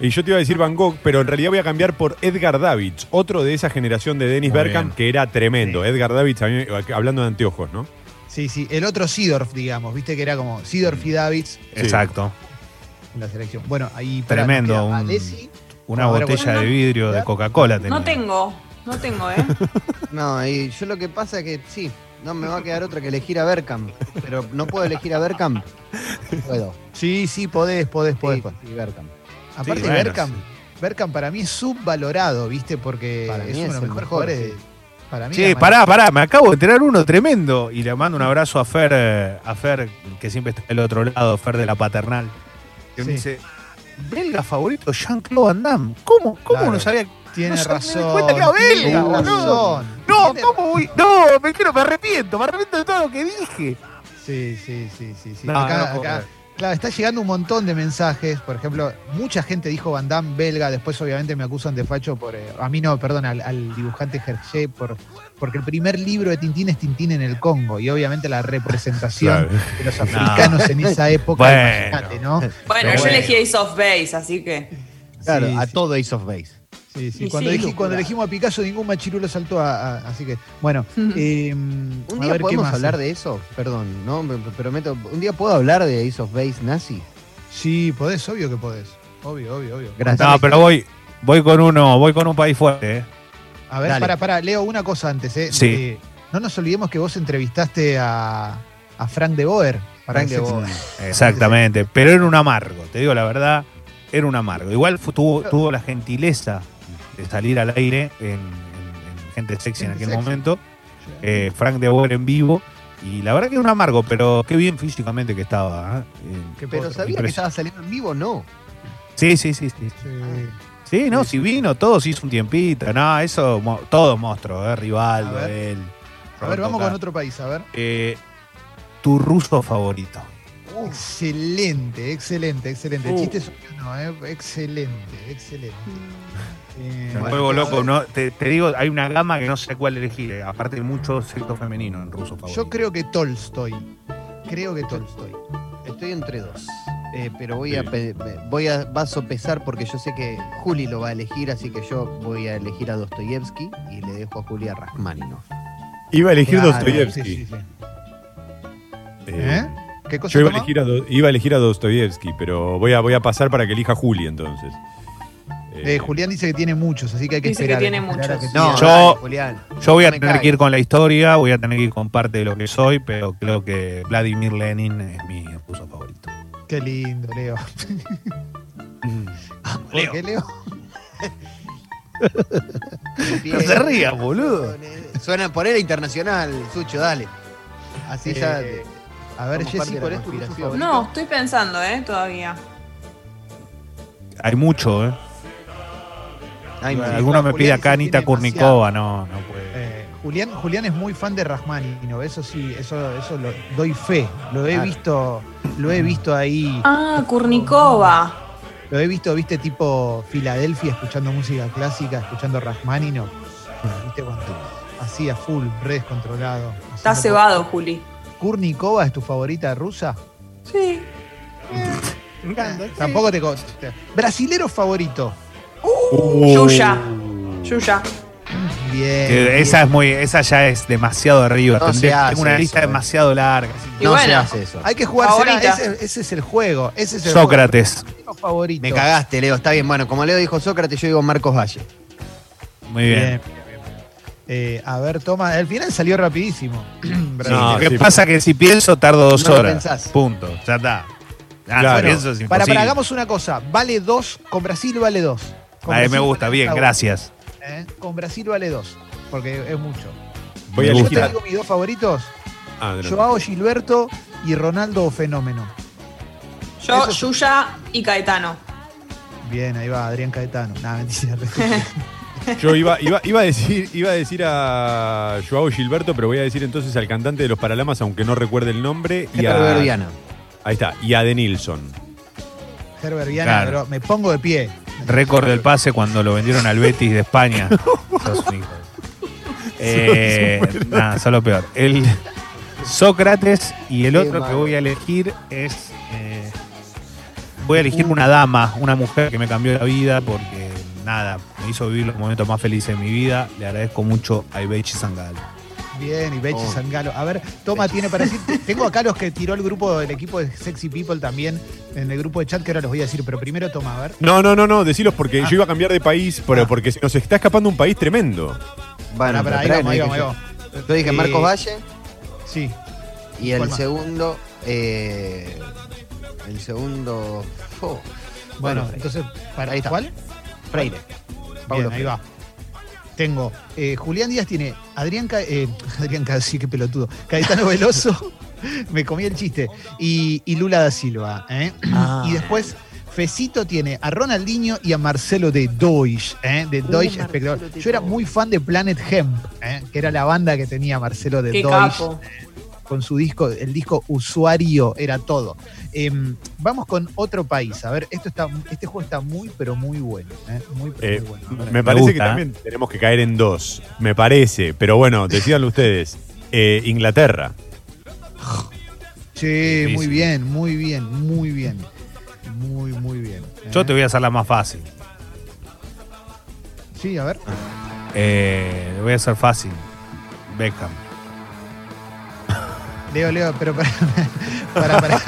C: Y yo te iba a decir Van Gogh, pero en realidad voy a cambiar por Edgar Davids, otro de esa generación de Dennis
A: Muy
C: Bergkamp
A: bien.
C: que era tremendo.
B: Sí.
C: Edgar Davids, a mí- hablando de anteojos, ¿no?
B: Sí, sí. El otro Sidorf, digamos, viste que era como Sidorf y Davids
A: Exacto.
B: en la selección. Bueno, ahí
A: Tremendo,
B: nos queda
A: un-
B: Alessi.
A: Una
B: Ahora,
A: botella
E: bueno,
A: de
E: no.
A: vidrio de Coca-Cola tenía.
E: No tengo, no tengo, ¿eh?
D: No, y yo lo que pasa es que sí, no me va a quedar otra que elegir a Bergkamp. Pero no puedo elegir a Bergkamp. No Puedo.
B: Sí, sí, podés, podés, podés.
D: Sí,
B: podés.
D: sí, Bergkamp.
B: Aparte,
A: bueno,
B: Bergkamp, Bergkamp para mí es subvalorado, viste, porque
D: Para mí
B: es uno de los
D: es el
B: mejores
D: mejor,
B: jugadores.
D: sí.
B: de- Para mí.
A: Che,
B: la-
A: pará, pará, me acabo de enterar uno tremendo. Y le mando un abrazo a Fer, eh, a Fer, que siempre está del otro lado, Fer de la paternal. Que me
B: Sí.
A: dice, belga favorito, Jean-Claude Van Damme. ¿Cómo, cómo
B: Claro.
A: no sabía?
B: Tiene
A: No se- me di
B: razón.
A: cuenta que era
B: tiene
A: belga, boludo.
B: razón.
A: No,
B: Tiene-
A: ¿cómo voy? No, me quiero, me arrepiento, me arrepiento de todo lo que dije.
B: Sí, sí, sí, sí. sí.
A: No, no
B: acá,
A: puedo
B: acá-
A: creer.
B: claro, está llegando un montón de mensajes. Por ejemplo, mucha gente dijo Van Damme belga. Después, obviamente, me acusan de facho por. eh, a mí no, perdón, al, al dibujante Hergé, por, porque el primer libro de Tintín es Tintín en el Congo. Y obviamente la representación
C: Claro.
B: de los africanos en esa época,
A: Bueno.
B: imagínate, ¿no?
E: Bueno,
A: Pero
E: yo
A: bueno.
E: elegí Ace of Base, así que.
D: Claro,
B: Sí,
D: a
B: sí.
D: todo Ace of Base.
B: Sí, sí.
E: Y
B: Cuando,
E: sí,
B: elegí-
E: locura.
B: cuando elegimos a Picasso, ningún machirulo saltó a. a- así que, bueno. eh,
D: Un
B: a
D: día
B: ver, ¿qué
D: podemos
B: más?
D: hablar de eso, perdón, no, me- me prometo, un día puedo hablar de Ace of Base nazi.
B: Sí, podés, obvio que podés. Obvio, obvio, obvio.
D: Gracias.
A: No, pero voy, voy con uno, voy con un país fuerte, eh.
B: A ver,
D: Dale.
B: para, para, Leo, una cosa antes, ¿eh?
A: Sí.
B: Eh, no nos olvidemos que vos entrevistaste a, a Frank de Boer. para
D: Frank de
B: ese-
D: Boer.
A: Eh, Exactamente, pero era un amargo, te digo la verdad, era un amargo. Igual fu- tuvo, tuvo la gentileza de salir al aire en, en- en Gente Sexy en
B: Gente
A: aquel
B: Sexy.
A: momento, eh, Frank de Boer en vivo, y la verdad que era un amargo, pero qué bien físicamente que estaba. ¿eh? Eh,
B: Qué
D: Pero
B: potro.
D: sabía que
A: Impresi-
D: estaba saliendo en vivo, no.
A: Sí, sí, sí, sí.
B: Sí.
A: Sí, no, si vino, todos hizo un tiempito, no, eso, mo- todo monstruo, eh, Rivaldo,
B: A ver.
A: él.
B: A ver, vamos con otro país, a ver.
A: Eh, tu ruso favorito.
B: Excelente, excelente, excelente. El
C: Uh.
B: Chiste es que no, ¿eh? Excelente, excelente.
E: Mm.
B: Eh,
A: Me
B: bueno,
A: vuelvo
B: a
A: loco,
B: ver,
A: no, te, te digo, hay una gama que no sé cuál elegir. eh, Aparte, hay mucho sexo femenino en ruso. favorito.
B: Yo creo que Tolstoy. Creo que Tolstoy.
D: Estoy entre dos. Eh, pero voy
C: Sí.
D: a pe- voy a va a sopesar porque yo sé que Juli lo va a elegir, así que yo voy a elegir a Dostoyevsky y le dejo a Juli a Rachmaninoff.
C: Iba a elegir
B: Claro,
C: Dostoyevsky.
B: sí, sí, sí.
C: Eh,
B: ¿Eh? ¿Qué cosa
C: Yo iba a,
B: Tomás?
C: elegir a Do- iba a elegir a Dostoyevsky, pero voy a, voy a pasar para que elija Juli entonces.
B: Eh,
C: Eh,
B: Julián dice que tiene muchos, así que hay que
E: Dice que
B: esperar. hay
E: tiene
B: esperar a que
E: muchos.
B: siga.
A: No, yo- dale,
D: Julián.
A: Yo voy a
D: me
A: tener que
D: cae.
A: ir con la historia, voy a tener que ir con parte de lo que soy, pero creo que Vladimir Lenin es mi ruso favorito.
B: Qué lindo, Leo. ¿Por qué, Leo?
A: No se ría, boludo.
D: Suena por él internacional, Sucho, dale. Así ya.
B: Eh, A ver,
D: Somos parte
B: Jessy,
D: de la
B: ¿cuál es tu ruso
D: conspiración.
B: favorito?
E: No, estoy pensando, ¿eh? Todavía.
A: Hay mucho, ¿eh?
D: Ay,
B: bueno,
A: Alguno me
B: Julián
A: pide
B: dice
A: acá
B: que
A: Anita
B: tiene demasiado.
A: Kurnikova, no, no puede.
B: Eh, Julián, Julián es muy fan de Rasmanino, eso sí, eso, eso lo doy fe. Lo he
D: Claro.
B: visto, lo he visto ahí,
E: Ah, Kurnikova.
B: lo he visto, viste, tipo Filadelfia escuchando música clásica, escuchando Rasmanino. Viste cuando así a full, re descontrolado.
E: Está
B: haciendo-
E: cebado, Juli.
B: ¿Kurnikova es tu favorita rusa?
E: Sí.
B: Tampoco te co- te- Brasilero favorito.
E: Uh. Yuya. Yuya.
B: Bien.
A: Eh, esa es muy, esa ya es demasiado arriba.
D: No se
A: Tendría-
D: hace
A: tengo una
D: eso,
A: lista
D: eh.
A: demasiado larga.
E: Y
D: no se
E: bueno.
D: hace eso.
B: Hay que jugar.
E: Favorita.
B: Ese, ese es el juego. Ese es el
A: Sócrates.
B: juego. Brasilero favorito.
D: Me cagaste, Leo. Está bien. Bueno, como Leo dijo Sócrates, yo digo Marcos Valle.
A: Muy bien.
B: Eh, a ver, toma. Al final salió rapidísimo. Brasil.
C: No,
A: Lo que
C: sí.
A: pasa que si pienso tardo dos
D: No lo
A: horas.
D: pensás.
A: Punto. Ya está. Ah,
C: Claro.
A: si pienso es
B: para, para,
A: imposible.
B: hagamos una cosa. Vale 2. Con Brasil vale 2.
A: A mí me gusta, bien, gracias.
B: ¿eh? Con Brasil vale 2. Porque es mucho.
C: voy a
A: Me
B: Yo
C: elegir
A: gusta.
B: te
C: a,
B: digo mis dos favoritos.
C: ah, adelante.
B: Joao Gilberto y Ronaldo Fenómeno.
E: Yo,
B: Eso sí.
E: Yuya y Caetano.
B: Bien, ahí va Adrián Caetano. Nada, mentira.
C: Yo iba, iba, iba, a decir, iba a decir a Joao Gilberto, pero voy a decir entonces al cantante de los Paralamas, aunque no recuerde el nombre. Y
D: Héctor
C: a,
D: Verdiano.
C: ahí está, y a Denilson.
B: Herbert Viana,
A: Claro.
B: pero me pongo de pie.
A: Récord del pase cuando lo vendieron al Betis de España. Sos un hijo de- Eh, nada, son lo peor. El Sócrates y el
D: Qué
A: otro que
D: malo.
A: voy a elegir es. eh, voy a elegir una dama, una mujer que me cambió la vida porque, nada, me hizo vivir los momentos más felices de mi vida. Le agradezco mucho a Ibeichi Sangal.
B: Bien, y Bechi
D: Oh.
B: Sangalo. A ver, Toma tiene para decir. Tengo acá los que tiró el grupo del equipo de Sexy People también, en el grupo de chat, que ahora los voy a decir, pero primero Toma, a ver.
C: No, no, no, no, decilos porque
B: Ah.
C: yo iba a cambiar de país, pero
B: Ah.
C: porque se nos está escapando un país tremendo.
D: Bueno,
B: Pará, pará, ahí
D: pero
B: vamos, ahí
D: traen,
B: vamos, ahí
D: yo-
B: vamos.
D: Yo dije
B: Eh,
D: Marcos Valle
B: Sí,
D: y
B: ¿cuál
D: el
B: más?
D: segundo. eh, el segundo. oh,
B: bueno,
D: Bueno,
B: entonces, para,
D: Ahí está.
B: ¿cuál?
D: Freire. Pablo
B: Bien, ahí va. Tengo, eh, Julián Díaz tiene, Adrián, Ca- eh, Adrián Ca- sí, qué pelotudo, Caetano Veloso, me comí el chiste, y, y Lula da Silva. ¿eh?
D: Ah.
B: Y después Fecito tiene a Ronaldinho y a Marcelo de Deutsch, ¿eh? de Deutsch
F: Marcelo
B: espectacular.
F: de
B: Yo era
F: Deutsch.
B: muy fan de Planet Hemp, ¿eh? que era la banda que tenía Marcelo de
E: Qué
B: Deutsch
E: capo.
B: con su disco, el disco Usuario era todo. Em, vamos con otro país. A ver, esto está, este juego está muy, pero muy bueno. ¿eh? Muy, pero
C: Eh,
B: muy bueno. A ver.
C: Me parece que
A: gusta.
C: también tenemos que caer en dos. Me parece, pero bueno, decídanlo ustedes. Eh, Inglaterra.
B: Sí, muy
C: difícil.
B: bien, muy bien, muy bien. Muy, muy bien. ¿eh?
A: Yo te voy a hacer la más fácil.
B: Sí, a ver.
A: Eh, le voy a hacer fácil. Beckham.
B: Leo, Leo, pero para. Para, para.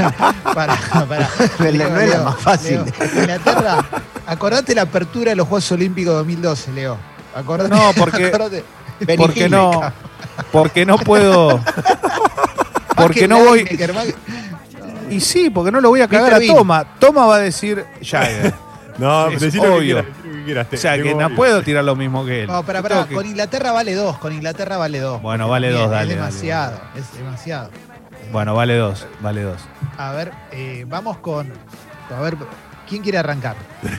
B: para, para.
D: No es la- no es la más fácil.
B: Leo, Inglaterra, acordate la apertura de los Juegos Olímpicos 2012, Leo. Acordate.
A: No, porque-
B: acordate.
A: Porque no,
B: Beckham.
A: porque no
B: Ah,
A: puedo. Porque no voy.
B: Lineker, más-
A: Y sí, porque no lo voy a cagar
B: Mr.
A: a
B: Bean.
A: Toma. Toma va a decir Jagger.
C: No,
A: Es
C: decí lo que
A: obvio.
C: quieras, decí lo que quieras,
A: O
C: te-
A: sea,
C: tengo
A: que no
C: varios.
A: puedo tirar lo mismo que él.
B: No, pará, pará.
A: Tengo que-
B: Con Inglaterra vale dos. Con Inglaterra vale dos.
A: Bueno, vale
B: Bien,
A: dos, dale.
B: Es
A: dale.
B: demasiado, es demasiado.
A: Bueno, vale dos, vale dos.
B: A ver, eh, vamos con. A ver, ¿quién quiere arrancar?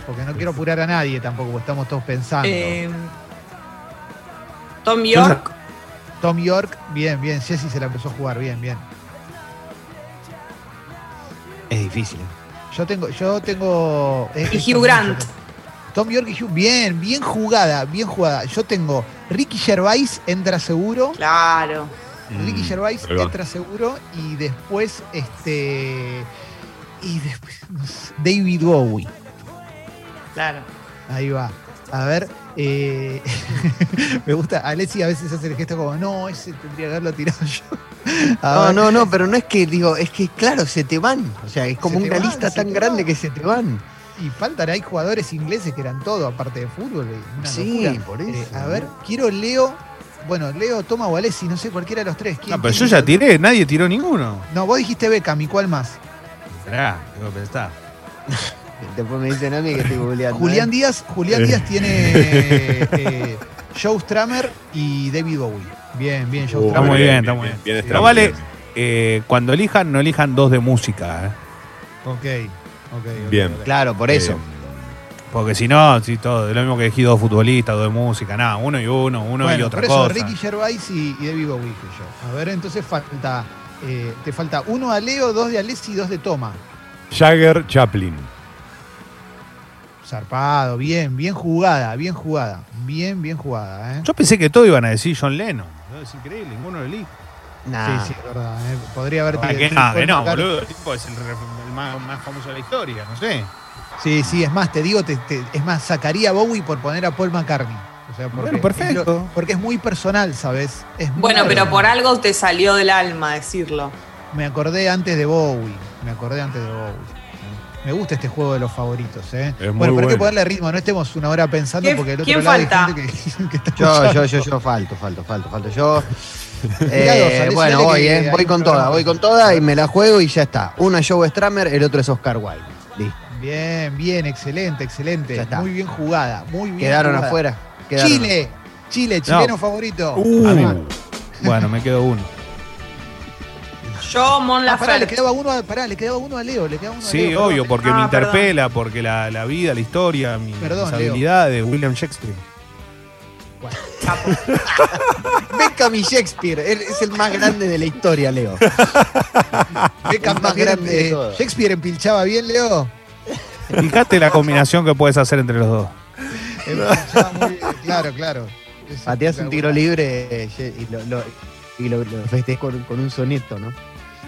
B: Porque no quiero apurar a nadie tampoco, porque estamos todos pensando.
E: Eh, Tom York.
B: Tom York, bien, bien. Jesse se la empezó a jugar, bien, bien.
D: Es difícil.
B: Yo tengo. Yo tengo eh, esto
E: Y Hugh
B: mucho.
E: Grant.
B: Tom York y Hugh, bien, bien jugada, bien jugada. Yo tengo Ricky Gervais, entra seguro.
E: Claro.
B: Ricky Gervais
C: Mm,
B: eh,
C: ahí va.
B: entra seguro y después este y después no sé, David Bowie.
E: Claro.
B: Ahí va. A ver, eh, me gusta. Alessi a veces hace el gesto como, no, ese tendría que haberlo tirado yo. A
D: No,
B: ver,
D: no, no, pero no es que digo, es que claro, se te van. O sea, es como
B: Se te
D: una
B: van,
D: lista
B: se
D: tan
B: te
D: grande
B: van.
D: que se te van.
B: Y faltan, hay jugadores ingleses que eran todo, aparte de fútbol. eh, Una
D: Sí,
B: locura.
D: por
B: Eh,
D: eso.
B: a ver, quiero Leo. Bueno, Leo, toma o Alessi, no sé, cualquiera de los tres. ¿Quién-
A: No, pero yo
B: quién-
A: ya tiré, nadie tiró ninguno.
B: No, vos dijiste Beckham, ¿y cuál más?
A: Esperá, tengo que pensar.
D: Después me dicen a mí que estoy googleando. ¿eh?
B: Julián Díaz, Julián Díaz tiene eh, Joe Stramer y David Bowie. Bien, bien, Joe
C: Oh,
A: Está
B: Stramer.
A: muy bien,
C: bien,
A: está
C: bien,
A: muy bien.
C: bien, bien,
A: Pero
C: está
A: vale,
C: bien.
A: eh, cuando elijan, no elijan dos de música, ¿eh?
B: Ok, ok, ok.
C: Bien.
B: ok.
D: Claro, por eso.
A: Eh, Porque si no, si todo, es lo mismo que elegí dos futbolistas, dos de música, nada, uno y uno, uno y
B: Bueno,
A: otra
B: por eso
A: cosa.
B: Ricky Gervais y, y David Bowie que yo. A ver, entonces falta, eh, te falta uno a Leo, dos de Alessi y dos de Toma.
C: Jagger Chaplin.
B: Zarpado, bien, bien jugada, bien jugada. Bien, bien jugada, ¿eh?
A: Yo pensé que todos iban a decir John Lennon. No, es increíble, ninguno lo elige.
D: Nah.
B: Sí, sí, es verdad. ¿eh? Podría haber
A: Ah,
B: tirado-
A: que no, que no,
B: sacar-
A: boludo. El tipo es el, re- el más, más famoso de la historia, no sé.
B: Sí, sí, es más, te digo, te- te- es más, sacaría a Bowie por poner a Paul McCartney. O sea, porque,
A: Bueno, perfecto.
B: es lo- porque es muy personal, ¿sabes? Es muy
E: Bueno, pero
B: personal.
E: por algo te salió del alma decirlo.
B: Me acordé antes de Bowie. Me acordé antes de Bowie. Me gusta este juego de los favoritos, ¿eh?
C: Es muy
B: bueno, pero hay que
C: bueno.
B: ponerle ritmo, no estemos una hora pensando
E: ¿Quién-
B: porque el otro
E: quién
B: lado hay
E: falta?
B: gente que, que está
D: Yo,
B: escuchando.
D: yo, yo, yo falto, falto, falto, falto. Yo.
B: Mirá
D: eh,
B: dos, Alessio,
D: bueno,
B: dale
D: voy,
B: que
D: eh.
B: hay
D: Voy
B: un
D: con
B: programa
D: toda, voy
B: para
D: con toda y me la juego y ya está. Una es Joe Stramer, el otro es Oscar Wilde. Listo.
B: Bien, bien, excelente,
D: Ya
B: excelente.
D: está.
B: Muy bien jugada, muy bien.
D: Quedaron
B: jugada.
D: afuera. quedaron
B: Chile, Chile, chileno favorito.
A: Uh.
B: A ver.
A: Bueno, me quedó uno.
E: Yo, Mon
B: Ah, pará, le
E: Laferte.
B: quedaba uno a, pará, le quedaba uno a Leo, le quedaba uno a Leo.
A: Sí,
B: perdón.
A: obvio, porque
E: Ah,
A: me
E: perdón.
A: interpela, porque la, la vida, la historia, mi-
B: Perdón,
A: mis
B: Leo.
A: habilidades, William Shakespeare.
E: Capo.
D: Beckham y Shakespeare. él Es el más grande de la historia, Leo.
B: Beckham
D: El más
B: más grande
D: grande de
B: eh,
D: todos.
B: Shakespeare empilchaba bien, Leo.
A: Fijate la combinación que puedes hacer entre los dos.
B: Empilchaba muy bien, claro, claro. Es
D: Pateas un tiro
B: espectacular.
D: libre eh, y lo, lo, y lo, lo festejas con, con un soneto, ¿no?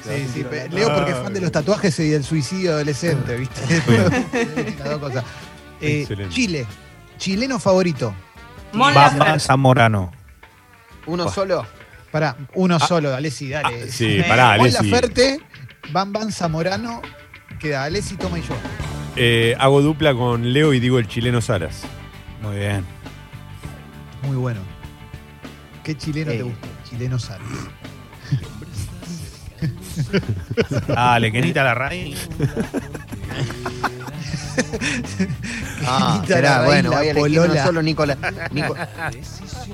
B: Sí, sí, pe- Leo porque es
C: Ah.
B: fan de los tatuajes y del suicidio adolescente, ¿viste? Las dos cosas. Eh,
C: Excelente.
B: Chile, chileno favorito.
E: Mon
A: Bamba
E: Laferte.
A: Zamorano.
D: Uno solo.
B: Para uno solo, Alessi, dale.
C: Ah, sí, pará,
B: Juan
C: Alessi.
B: Laferte, Van Van Zamorano, queda Alessi, toma y yo.
C: Eh, hago dupla con Leo y digo el chileno Salas.
A: Muy bien.
B: Muy bueno. ¿Qué chileno te
D: Eh.
B: gusta? Chileno sale.
A: Dale, Kenita la raíz.
D: Ah,
B: Quita la
D: será,
B: raíz,
D: bueno,
B: la
D: voy a elegir uno
B: polola.
D: solo Nicolás. Nico-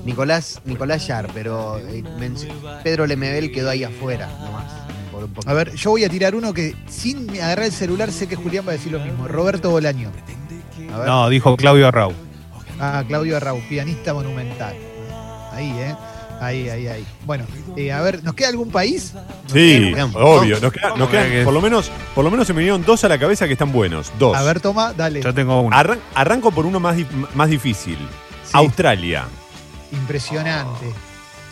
D: Nicolás, Nicolás Yar, pero eh, men- Pedro Lemebel quedó ahí afuera, nomás. por un poco.
B: A ver, yo voy a tirar uno que sin agarrar el celular sé que Julián va a decir lo mismo. Roberto Bolaño.
D: A ver.
A: No, dijo Claudio Arrau.
B: Ah, Claudio Arrau, pianista monumental. Ahí, ¿eh? Ahí, ahí, ahí. Bueno, eh, a ver, ¿nos queda algún país?
C: Sí,
D: quedan, ¿no?
C: obvio. Nos queda- nos quedan-
A: que-
C: por, lo menos, por lo menos se me vinieron dos a la cabeza que están buenos. Dos.
B: A ver, toma, dale.
A: Yo tengo
B: Ah,
A: uno.
C: Arran- arranco por uno más, di- más difícil.
B: Sí.
C: Australia.
B: Impresionante.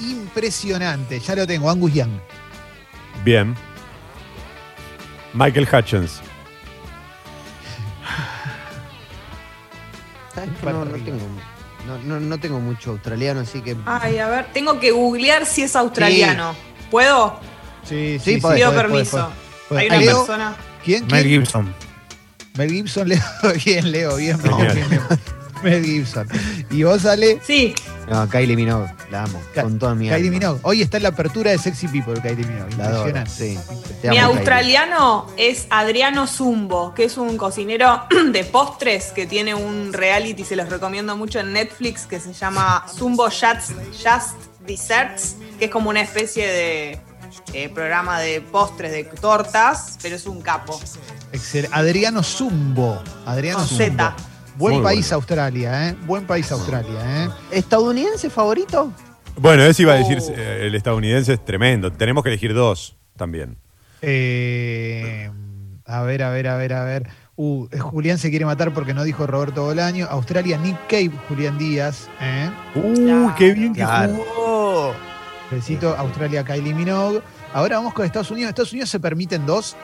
B: Impresionante. Ya lo tengo, Angus Young.
C: Bien. Michael Hutchins.
D: ¿Sabes Ah, que no, no tengo, no, no- no tengo mucho australiano, así que.
E: Ay, a ver, tengo que googlear si es australiano. ¿Puedo?
B: Sí,
D: Sí, podés,
E: Pido
B: podés, podés,
E: permiso.
B: podés.
E: Hay una
B: Leo,
E: persona.
B: ¿Quién?
A: Mel
B: ¿Quién?
A: Gibson.
B: Mel Gibson, Leo. Bien, Leo, bien, Mel,
C: Genial.
B: bien, bien. Mel Gibson. Y vos sale
E: Sí,
D: No, Kylie Minogue, la amo.
B: Ka-
D: con toda mi
B: Kylie
D: alma.
B: Minogue. Hoy está en la apertura de Sexy People, Kylie Minogue.
D: La adoro,
B: Impresionante.
D: sí. Te
E: mi
D: amo, Kylie.
E: australiano es Adriano Zumbo, que es un cocinero de postres que tiene un reality, se los recomiendo mucho en Netflix, que se llama Zumbo Just, Just Desserts, que es como una especie de eh, programa de postres, de tortas, pero es un capo.
B: Excel- Adriano Zumbo. Adriano
E: Con
B: Zumbo.
E: Z.
B: Buen
C: Muy
B: país
C: bueno.
B: Australia, ¿eh? Buen país Australia, ¿eh?
D: ¿Estadounidense favorito?
C: Bueno, eso iba a decir,
E: Oh.
C: eh, el estadounidense es tremendo. Tenemos que elegir dos también.
B: Eh, a ver, a ver, a ver, a ver. Uh, Julián se quiere matar porque no dijo Roberto Bolaño. Australia, Nick Cave, Julián Díaz. ¿eh?
C: Uy, qué bien que
D: Claro.
C: jugó.
B: Besito, Australia, Kylie Minogue. Ahora vamos con Estados Unidos. Estados Unidos se permiten dos.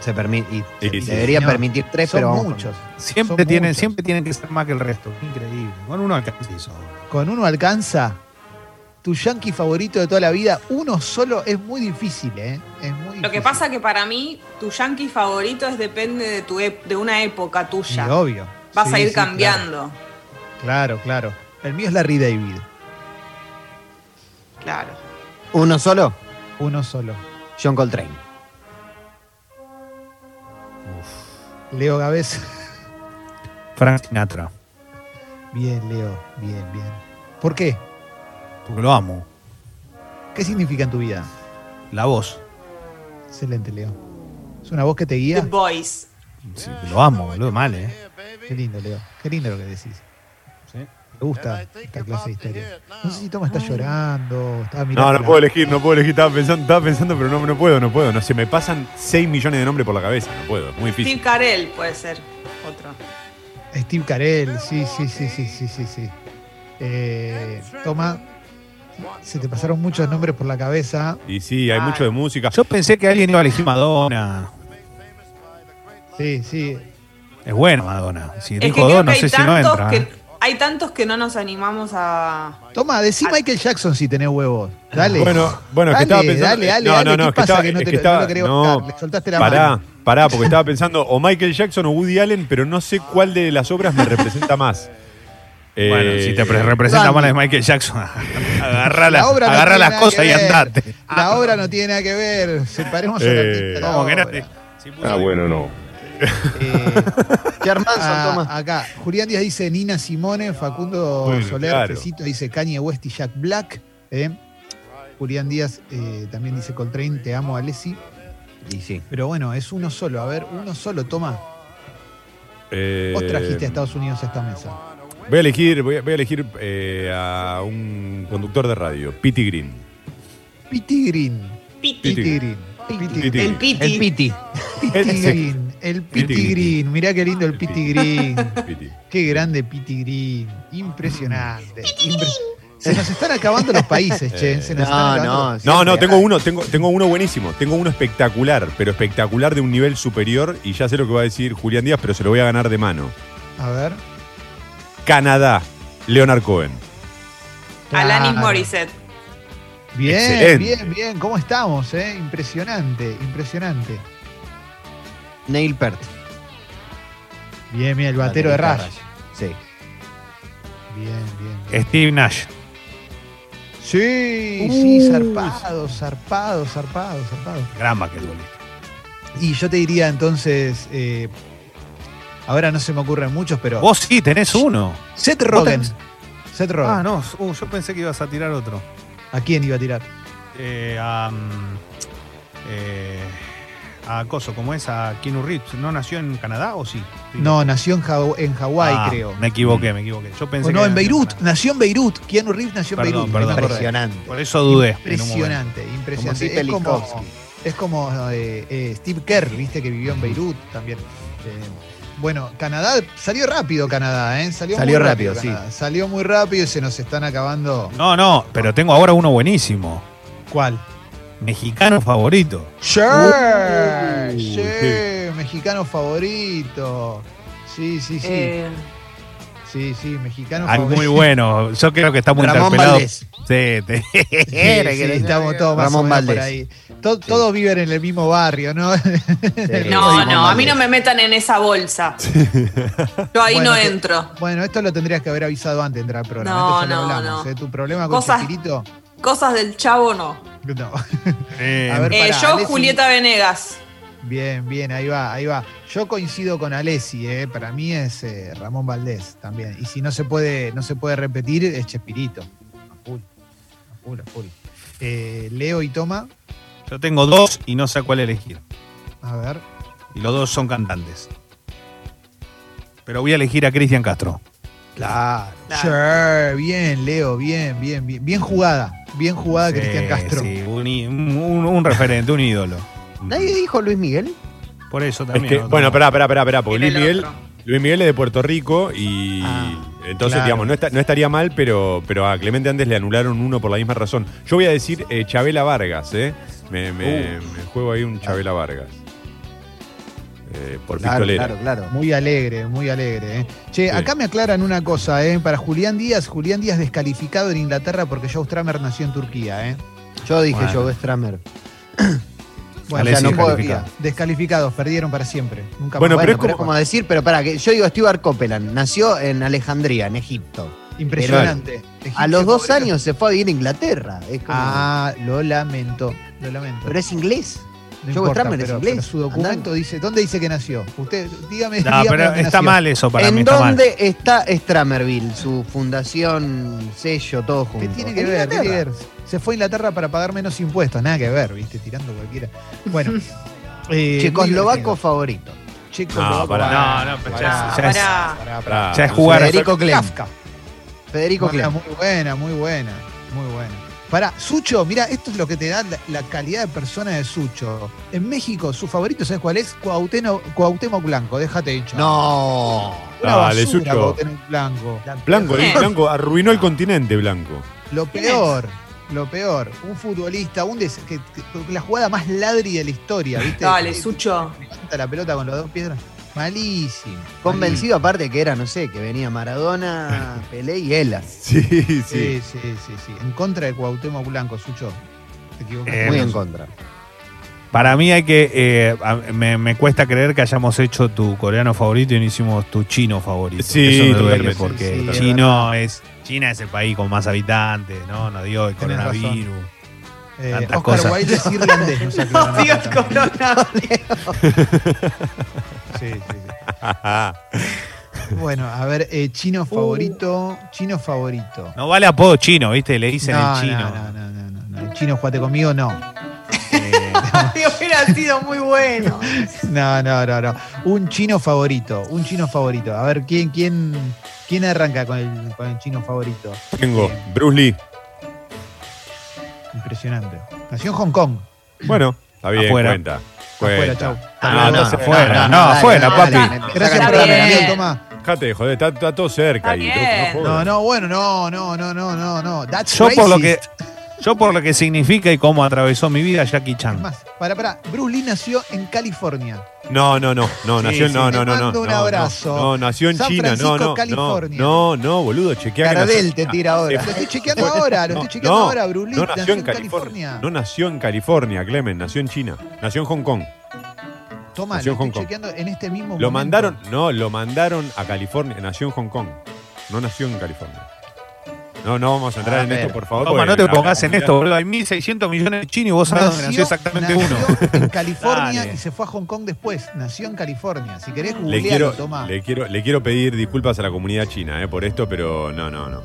D: Se permite. Y
C: Sí, sí,
D: debería
B: señor.
D: permitir tres,
B: Son
D: pero vamos. con-
B: muchos.
A: Siempre
B: Son
A: tienen,
B: muchos.
A: siempre tienen que ser más que el resto. Increíble. Con uno alcanza eso.
B: Con uno alcanza. Tu yankee favorito de toda la vida, uno solo es muy difícil, ¿eh? Es muy
E: Lo que
B: difícil.
E: pasa que para mí tu yankee favorito es depende de, tu ep- de una época
B: Y
E: tuya.
B: obvio.
E: Vas
B: Sí,
E: a ir
B: sí, claro.
E: cambiando.
B: Claro, claro. El mío es Larry David.
E: Claro.
D: ¿Uno solo?
B: Uno solo.
D: John Coltrane.
B: Leo Gabés.
A: Frank Sinatra.
B: Bien, Leo. Bien, bien. ¿Por qué?
A: Porque lo amo.
B: ¿Qué significa en tu vida?
A: La voz.
B: Excelente, Leo. ¿Es una voz que te
E: The
B: guía?
E: Boys.
A: Sí, lo amo, boludo. Mal, ¿eh?
B: Qué lindo, Leo. Qué lindo lo que decís.
A: Sí.
B: Me gusta esta clase de historia. No sé si Toma está llorando, estaba mirando.
C: No, no
B: la-
C: puedo elegir, no puedo elegir. Estaba pensando, estaba pensando pero no, no puedo, no puedo. No, se me pasan 6 millones de nombres por la cabeza. No puedo, muy
E: Steve
C: difícil.
E: Carell puede ser otro.
B: Steve Carell, sí, sí, sí, sí, sí, sí, sí. Eh, toma, se te pasaron muchos nombres por la cabeza.
C: Y sí, hay mucho de música.
A: Yo pensé que alguien iba a elegir Madonna.
B: Sí, sí.
A: Es buena Madonna. Si
E: Es que
A: dijo
E: creo
A: dos,
E: que
A: no
E: hay
A: sé si no
E: tantos
A: entra.
E: que
A: ¿eh?
E: hay tantos que no nos animamos a.
B: Toma, decí Michael Jackson si tenés huevos. Dale.
C: Bueno, bueno,
B: dale,
C: que estaba pensando.
B: Dale, dale,
C: no,
B: dale.
C: no, no,
B: ¿Qué
C: es que
B: pasa
C: estaba,
B: que no
C: es
B: te
C: que
B: lo- no
C: estaba-
B: lo querés
C: no,
B: bancar? Le soltaste la
C: Pará,
B: mano.
C: pará, porque estaba pensando o Michael Jackson o Woody Allen, pero no sé cuál de las obras me representa más.
A: bueno,
C: Eh,
A: si te pre- representa
B: Gandhi.
A: mal a Michael Jackson, agarra, la-
B: La obra no
A: agarra
B: tiene
A: las
B: nada
A: cosas
B: que
A: y
B: ver.
A: andate.
B: La obra no tiene nada que ver. Separemos al
C: Eh,
B: artista de la
A: Como que
B: obra.
A: no te- si puso-
F: Ah, bueno, no.
B: Eh,
D: Germanson,
B: a-
D: toma.
B: acá, Julián Díaz dice Nina Simone, Facundo
C: Bueno,
B: Soler,
C: claro.
B: Fecito dice Kanye West y Jack Black. eh. Julián Díaz eh, también dice Coltrane, te amo, Alessi.
D: Y sí.
B: Pero bueno, es uno solo. A ver, uno solo, toma.
C: eh,
B: Vos trajiste a Estados Unidos a esta mesa.
C: Voy a elegir, voy a, voy a elegir eh, a un conductor de radio, Pity Green.
B: Pity Green.
E: Piti.
C: Piti.
B: Pity Green. Pity
C: Piti.
B: Green.
E: El Piti.
D: El Piti.
B: Pity
C: Ese.
B: Green. El Pity
C: Piti.
B: Green. Mirá qué lindo el
C: El Piti.
B: Pity Green.
C: Pity.
B: Qué grande Pity Green. Impresionante. Impre- Se nos están acabando los países, che. Se nos están
D: No,
B: acabando
D: no.
C: No,
D: siempre.
C: no, tengo uno, tengo, tengo uno buenísimo, tengo uno espectacular, pero espectacular de un nivel superior y ya sé lo que va a decir Julián Díaz, pero se lo voy a ganar de mano.
B: los- A ver.
C: Canadá, Leonard Cohen.
E: Alanis
B: Claro.
E: Morissette.
B: Bien,
C: Excelente.
B: bien, bien. ¿Cómo estamos? Eh? Impresionante, impresionante.
D: Neil Peart.
B: Bien, bien, el batero de Rush.
D: Sí.
B: Bien, bien. bien.
A: Steve Nash.
B: Sí, sí, zarpado, zarpado, zarpado, zarpado.
A: Gran basquetbolista.
B: Y yo te diría entonces, eh, ahora no se me ocurren muchos, pero...
A: Vos sí tenés uno.
B: Seth Rogen.
A: tenés-
B: Seth Rogen.
A: Ah, no. uh, yo pensé que ibas a tirar otro.
B: ¿A quién iba a tirar?
A: Eh, a, mm, eh, a Coso, como es a Keanu Reeves, ¿no nació en Canadá o sí? Sí.
B: No, nació en, Haw- en Hawái,
A: Ah,
B: creo.
A: Me equivoqué, me equivoqué. Yo pensé
B: O
A: que
B: no, en
A: nació
B: Beirut.
A: Canadá.
B: Nació en Beirut. Keanu Reeves nació en
A: Perdón,
B: Beirut.
A: perdón.
B: me acordé.
D: Impresionante.
A: Por eso dudé. en un momento.
B: Impresionante, impresionante.
D: Como Zita
B: es como,
D: Likovsky.
B: es como eh, eh, Steve Kerr, viste, que vivió en Beirut también. Eh, bueno, Canadá, salió rápido Canadá, ¿eh? Salió,
D: Salió
B: muy
D: rápido, sí.
B: Canadá. Salió muy rápido y se nos están acabando.
A: No, no, pero tengo ahora uno buenísimo.
B: ¿Cuál?
A: Mexicano favorito.
B: Sure,
C: Uh,
B: sure, mexicano favorito. Sí, sí, sí.
E: Eh,
B: sí, sí, mexicano
A: Ah,
B: favorito.
A: muy bueno. Yo creo que está muy
D: Ramón
A: interpelado.
D: Valdés.
A: Sí, te-
B: Sí, sí, estamos todos más o
D: Ramón
B: menos por
D: Valdés.
B: ahí. To- Todos viven en el mismo barrio, ¿no?
D: Sí,
E: No,
D: Ramón
E: no, a
D: Valdés.
E: mí no me metan en esa bolsa. Yo ahí
B: Bueno,
E: no
B: que-
E: entro.
B: Bueno, esto lo tendrías que haber avisado antes de entrar al programa.
E: No,
B: Esto ya lo
E: no,
B: hablamos,
E: no.
B: ¿eh? Tu problema con
E: Cosas-
B: Chespirito,
E: Cosas del chavo no.
B: no.
A: Eh,
B: A ver.
E: Eh,
B: Pará,
E: yo,
B: Alessi-
E: Julieta Venegas.
B: Bien, bien, ahí va, ahí va. Yo coincido con Alessi, ¿eh? Para mí es eh, Ramón Valdés también. Y si no se puede, no se puede repetir, es Chespirito. A full, a full, a full. Eh, Leo y Toma,
A: yo tengo dos y no sé cuál elegir.
B: a ver.
A: Y los dos son cantantes. Pero voy a elegir a Cristian Castro.
B: Claro.
E: Claro.
B: Sure, bien, Leo, bien, bien, bien. Bien jugada, bien jugada, Ah, Cristian
A: Sí,
B: Castro.
A: sí, un, i- un- un referente, un ídolo.
D: Nadie dijo Luis Miguel.
A: Por eso
C: Es
A: también.
C: que,
A: no-
C: bueno, espera, espera, espera, espera, porque
E: Era
C: Luis
E: el
C: Miguel,
E: otro.
C: Luis Miguel es de Puerto Rico y
B: Ah,
C: entonces,
B: claro.
C: digamos, no, está- no estaría mal, pero, pero a Clemente antes le anularon uno por la misma razón. Yo voy a decir eh, Chabela Vargas, ¿eh? Me, me- me juego ahí un Chabela Vargas. Eh, por
D: Claro,
C: pistolera.
D: claro, claro.
B: Muy alegre, muy alegre. ¿eh? Che,
C: Sí.
B: acá me aclaran una cosa, ¿eh? Para Julián Díaz, Julián Díaz descalificado en Inglaterra porque Joe Stramer nació en Turquía, ¿eh?
D: Yo dije
A: Bueno.
D: Joe Stramer.
B: Bueno,
A: Alessi
B: ya no
D: podía.
A: descalificado.
B: Descalificados, perdieron para siempre. Nunca
C: Bueno,
B: más.
D: Bueno,
C: pero es
D: pero es como decir, pero para que yo digo Stuart Copeland, nació en Alejandría, en Egipto.
B: impresionante. Egipcio
D: A los dos
B: favorito.
D: años se fue a vivir a Inglaterra. Es como-
B: Ah, lo lamento, lo lamento.
D: pero es inglés.
B: No
D: Joe
B: importa,
D: Stramer es
B: pero-
D: inglés.
B: pero su documento
D: Andá.
B: dice, ¿dónde dice que nació? Usted, dígame.
A: No,
B: dígame
A: pero
B: dónde
A: está
B: nació.
A: mal eso para
D: ¿En
A: mí. Está mal.
D: dónde está Stramerville? Su fundación, sello, todo junto.
B: ¿Qué tiene que
D: En
B: ver? ¿Qué tiene que
D: Inglaterra.
B: ver? Se fue a Inglaterra para pagar menos impuestos, nada que ver, viste, tirando cualquiera. Bueno. eh,
D: Checoslovaco favorito.
B: Checoslovaco.
C: No, pará.
A: No, no, pero
B: Pará,
E: ya-
A: ya es-
B: pará, pará, pará.
C: Pará,
A: Ya es
C: no
A: jugar.
D: Federico Clem.
B: Kafka.
D: Federico
B: Bueno,
D: Clem.
B: muy buena, muy buena, muy buena. Pará, Sucho, mira, esto es lo que te da la, la calidad de persona de Sucho. En México, su favorito, ¿sabes cuál es? Cuauhtémoc, Cuauhtémoc Blanco, déjate hinchar.
D: No.
B: Una
C: Dale,
B: basura
C: Sucho.
B: Cuauhtémoc Blanco.
C: Blanco,
E: ¿Quién
C: eh,
E: es?
C: Blanco arruinó el continente, Blanco.
B: Lo
E: ¿Quién
B: peor, lo peor, un futbolista, un des- que, que- la jugada más ladri de la historia, ¿viste?
E: Dale,
B: Que-
E: Sucho.
B: Levanta la pelota con las dos piedras. Malísimo.
D: Convencido aparte que era, no sé, que venía Maradona, Pelé y Elas.
C: Sí, sí.
B: Sí, sí, sí, sí, En contra de Cuauhtémoc Blanco, Sucho. Te equivocaste.
A: Eh,
D: Muy en contra.
A: Para mí hay que. eh, a- me, me cuesta creer que hayamos hecho tu coreano favorito y no hicimos tu chino favorito.
C: Sí,
A: Eso me duele
C: totalmente.
A: porque
B: Sí, sí, es
A: chino es. China es el país con más habitantes, ¿no? Nos dio el
B: Tenés razón.
A: coronavirus.
B: Eh,
A: tantas
B: Oscar
A: cosas.
B: Wilde es irlandés. nos
E: No
B: aclaran acá
E: digas
B: también.
E: coronavirus.
B: Sí, sí, sí. Bueno, a ver, eh, chino favorito. Chino favorito.
A: Uh. No vale apodo chino, ¿viste? Le dicen
B: No,
A: el chino.
B: No, no, no, no, no, no. El chino, jugate conmigo, no.
A: Eh,
E: Hubiera sido muy bueno.
B: No, no, no, no. Un chino favorito, un chino favorito. A ver, ¿quién, quién, quién arranca con el, con el chino favorito?
C: Tengo Bruce Lee.
B: Impresionante. Nació en Hong Kong.
C: Bueno, está bien,
A: Afuera.
C: cuenta.
B: Afuera,
C: Cuenta.
B: chau.
C: Ah, no,
A: no,
C: se
A: afuera,
D: no,
A: no,
D: dale,
A: afuera,
E: no,
A: papi.
E: dale.
B: Gracias
E: Está
B: por darme
E: bien.
B: amigo, Tomás.
C: Dejate de joder, está, está todo cerca.
E: Está
C: y,
E: bien.
B: No,
C: no jodas.
B: no, bueno, no, no, no, no, no, no. That's
A: Yo por lo
B: racist.
A: que. Yo por lo que significa y cómo atravesó mi vida Jackie
B: Es
A: Chan.
B: más, para, para. Bruce Lee nació en California.
C: No, no, no, no,
A: Sí,
C: nació
A: sí,
C: no,
B: te
C: no, no,
B: mando
C: no,
B: un
C: no,
B: abrazo.
C: No, no, nació en
B: San
C: China, no,
B: Francisco,
C: no, no,
B: California.
C: no, no, boludo, chequea que
D: Caradel
C: nació- Ah,
D: te tira ahora.
B: Lo estoy chequeando ahora, lo estoy chequeando ahora, Bruce Lee.
C: No nació en California. No nació en California, Clemen, nació en China, nació en Hong Kong.
B: Toma,
C: nació
B: lo estoy
C: en Hong Kong.
B: chequeando en este mismo momento.
C: Lo mandaron, no, lo mandaron a California, nació en Hong Kong. No nació en California. No, no vamos a entrar
D: A
C: en
D: ver.
C: esto, por favor.
A: Toma,
C: porque
A: no te
C: la-
A: pongas en
C: la-
A: esto, boludo. Hay 1.600 millones de chinos y vos sabés dónde nació exactamente
B: nació
A: uno.
B: En California
A: Dale.
B: y se fue a Hong Kong después. Nació en California. Si querés
C: Le
B: googlearlo,
C: quiero,
B: toma.
C: le, quiero, le quiero pedir disculpas a la comunidad china eh, por esto, pero no, no, no.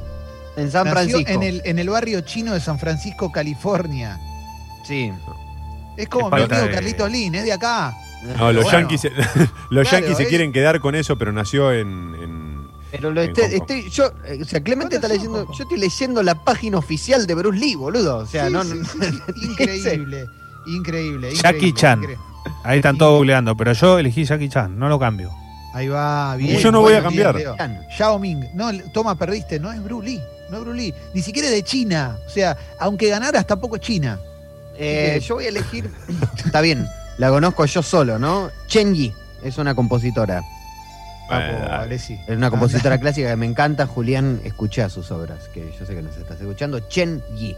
D: En San
B: Nació
D: Francisco.
B: en el, en el barrio chino de San Francisco, California.
D: Sí.
B: Es como
A: Es
B: mi
A: falta
B: amigo
A: de-
B: Carlitos Lin, es de acá.
C: No, los
B: Bueno.
C: yankees, se- los
D: Claro,
C: yanquis se
D: es-
C: quieren quedar con eso, pero nació en. en-
D: Pero lo
C: En
D: estoy,
C: Hong Kong.
D: estoy- yo, eh, o sea, Clemente
B: ¿Cuándo nació
D: está leyendo,
B: Hong Kong?
D: yo estoy leyendo la página oficial de Bruce Lee, boludo. O sea,
B: Sí,
D: no,
B: sí,
D: no-
B: sí, sí. Increíble. Increíble.
A: Jackie
B: increíble,
A: Chan.
B: increíble.
A: Ahí están todos googleando, pero yo elegí Jackie Chan, no lo cambio.
B: Ahí va, bien.
C: Yo no voy a
B: bueno, bien,
C: cambiar.
B: Leo. Yao Ming, no, toma, perdiste, no es Bruce Lee, no es Bruce Lee, ni siquiera es de China, o sea, aunque ganaras tampoco es China.
D: Eh, yo voy a elegir. Está bien, la conozco yo solo, ¿no? Chen Yi es una compositora.
C: Bueno,
B: Papo,
C: dale.
B: Alessi. Ah,
D: Es una compositora clásica que me encanta. Julián, escucha sus obras, que yo sé que nos estás escuchando. Chen Yi.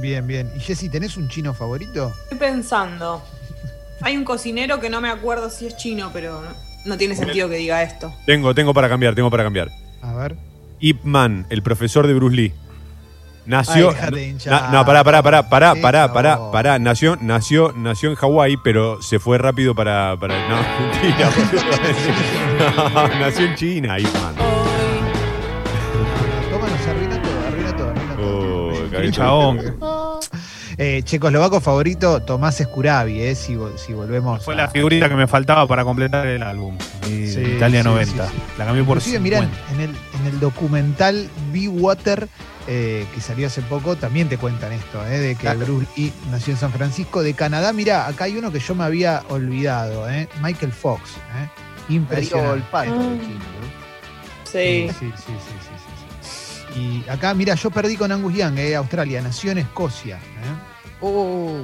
B: Bien, bien. ¿Y Jessy, tenés un chino favorito?
E: Estoy pensando. Hay un cocinero que no me acuerdo si es chino, pero no, no tiene sentido que diga esto.
C: tengo, tengo para cambiar, tengo para cambiar.
B: A ver.
C: Ip Man, el profesor de Bruce Lee. Nació.
B: Ay, déjate de hinchar.
C: Na- no, pará, pará, pará, pará,
B: Sí,
C: pará, pará,
B: chabón.
C: pará. Nació, nació, nació en Hawái, pero se fue rápido para. para no, mentira, boludo. No, nació en China, Ip Man.
B: Toma, nos arruina todo, arruina todo, arruina todo.
C: Oh,
A: Un
C: Carlitos.
A: chabón.
B: Eh, checoslovaco favorito, Tomás Escurabi, eh, si, vol- si volvemos.
A: Fue
B: a-
A: la figurita que me faltaba para completar el álbum. Y
B: Sí,
A: Italia
B: sí,
A: 90.
B: sí,
A: La cambié por
B: Inclusive, mirá,
A: 50.
B: en el, en el documental Be Water, eh, que salió hace poco, también te cuentan esto, eh, de que
D: Claro.
B: Bruce Lee nació en San Francisco, de Canadá. Mirá, acá hay uno que yo me había olvidado, eh, Michael Fox. eh.
D: Darío
B: Impresionante.
D: Volpato,
E: Ah.
D: el chino, ¿no?
E: Sí.
B: Sí, sí, sí, sí, sí, sí, sí. Y acá, mira, yo perdí con Angus Young, eh, Australia, nació en Escocia. eh.
D: Oh,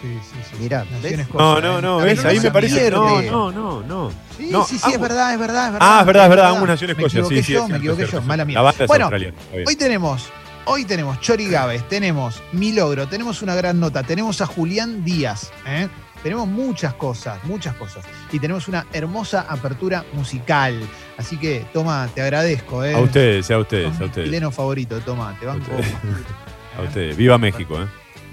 B: Sí, sí, sí.
D: Mirá,
B: nació
D: ¿ves?
B: en Escocia.
C: No, no, no,
B: eh.
C: ves,
D: no
C: ahí
D: se
C: me parece. No,
D: pierde.
C: no, no, no.
B: Sí,
C: No,
B: sí, sí,
C: Angus.
B: es verdad, es verdad, es verdad.
C: Ah, es verdad, es verdad, Angus nació en Escocia.
B: Me equivoqué
C: sí, sí,
B: yo,
C: es
B: me
C: cierto,
B: equivoqué
C: es
B: yo,
C: cierto.
B: mala mía.
C: La banda es
B: Bueno,
C: australiana. está bien.
B: Hoy tenemos, hoy tenemos Chori Gávez, tenemos Mi Logro, tenemos una gran nota, tenemos a Julián Díaz, ¿eh? tenemos muchas cosas, muchas cosas. Y tenemos una hermosa apertura musical. Así que, Toma, te agradezco. ¿eh?
C: A ustedes, a
B: Sos
C: ustedes,
B: mi
C: a ustedes.
B: Chileno favorito, Toma, te banco.
C: A ustedes. Viva México, ¿eh?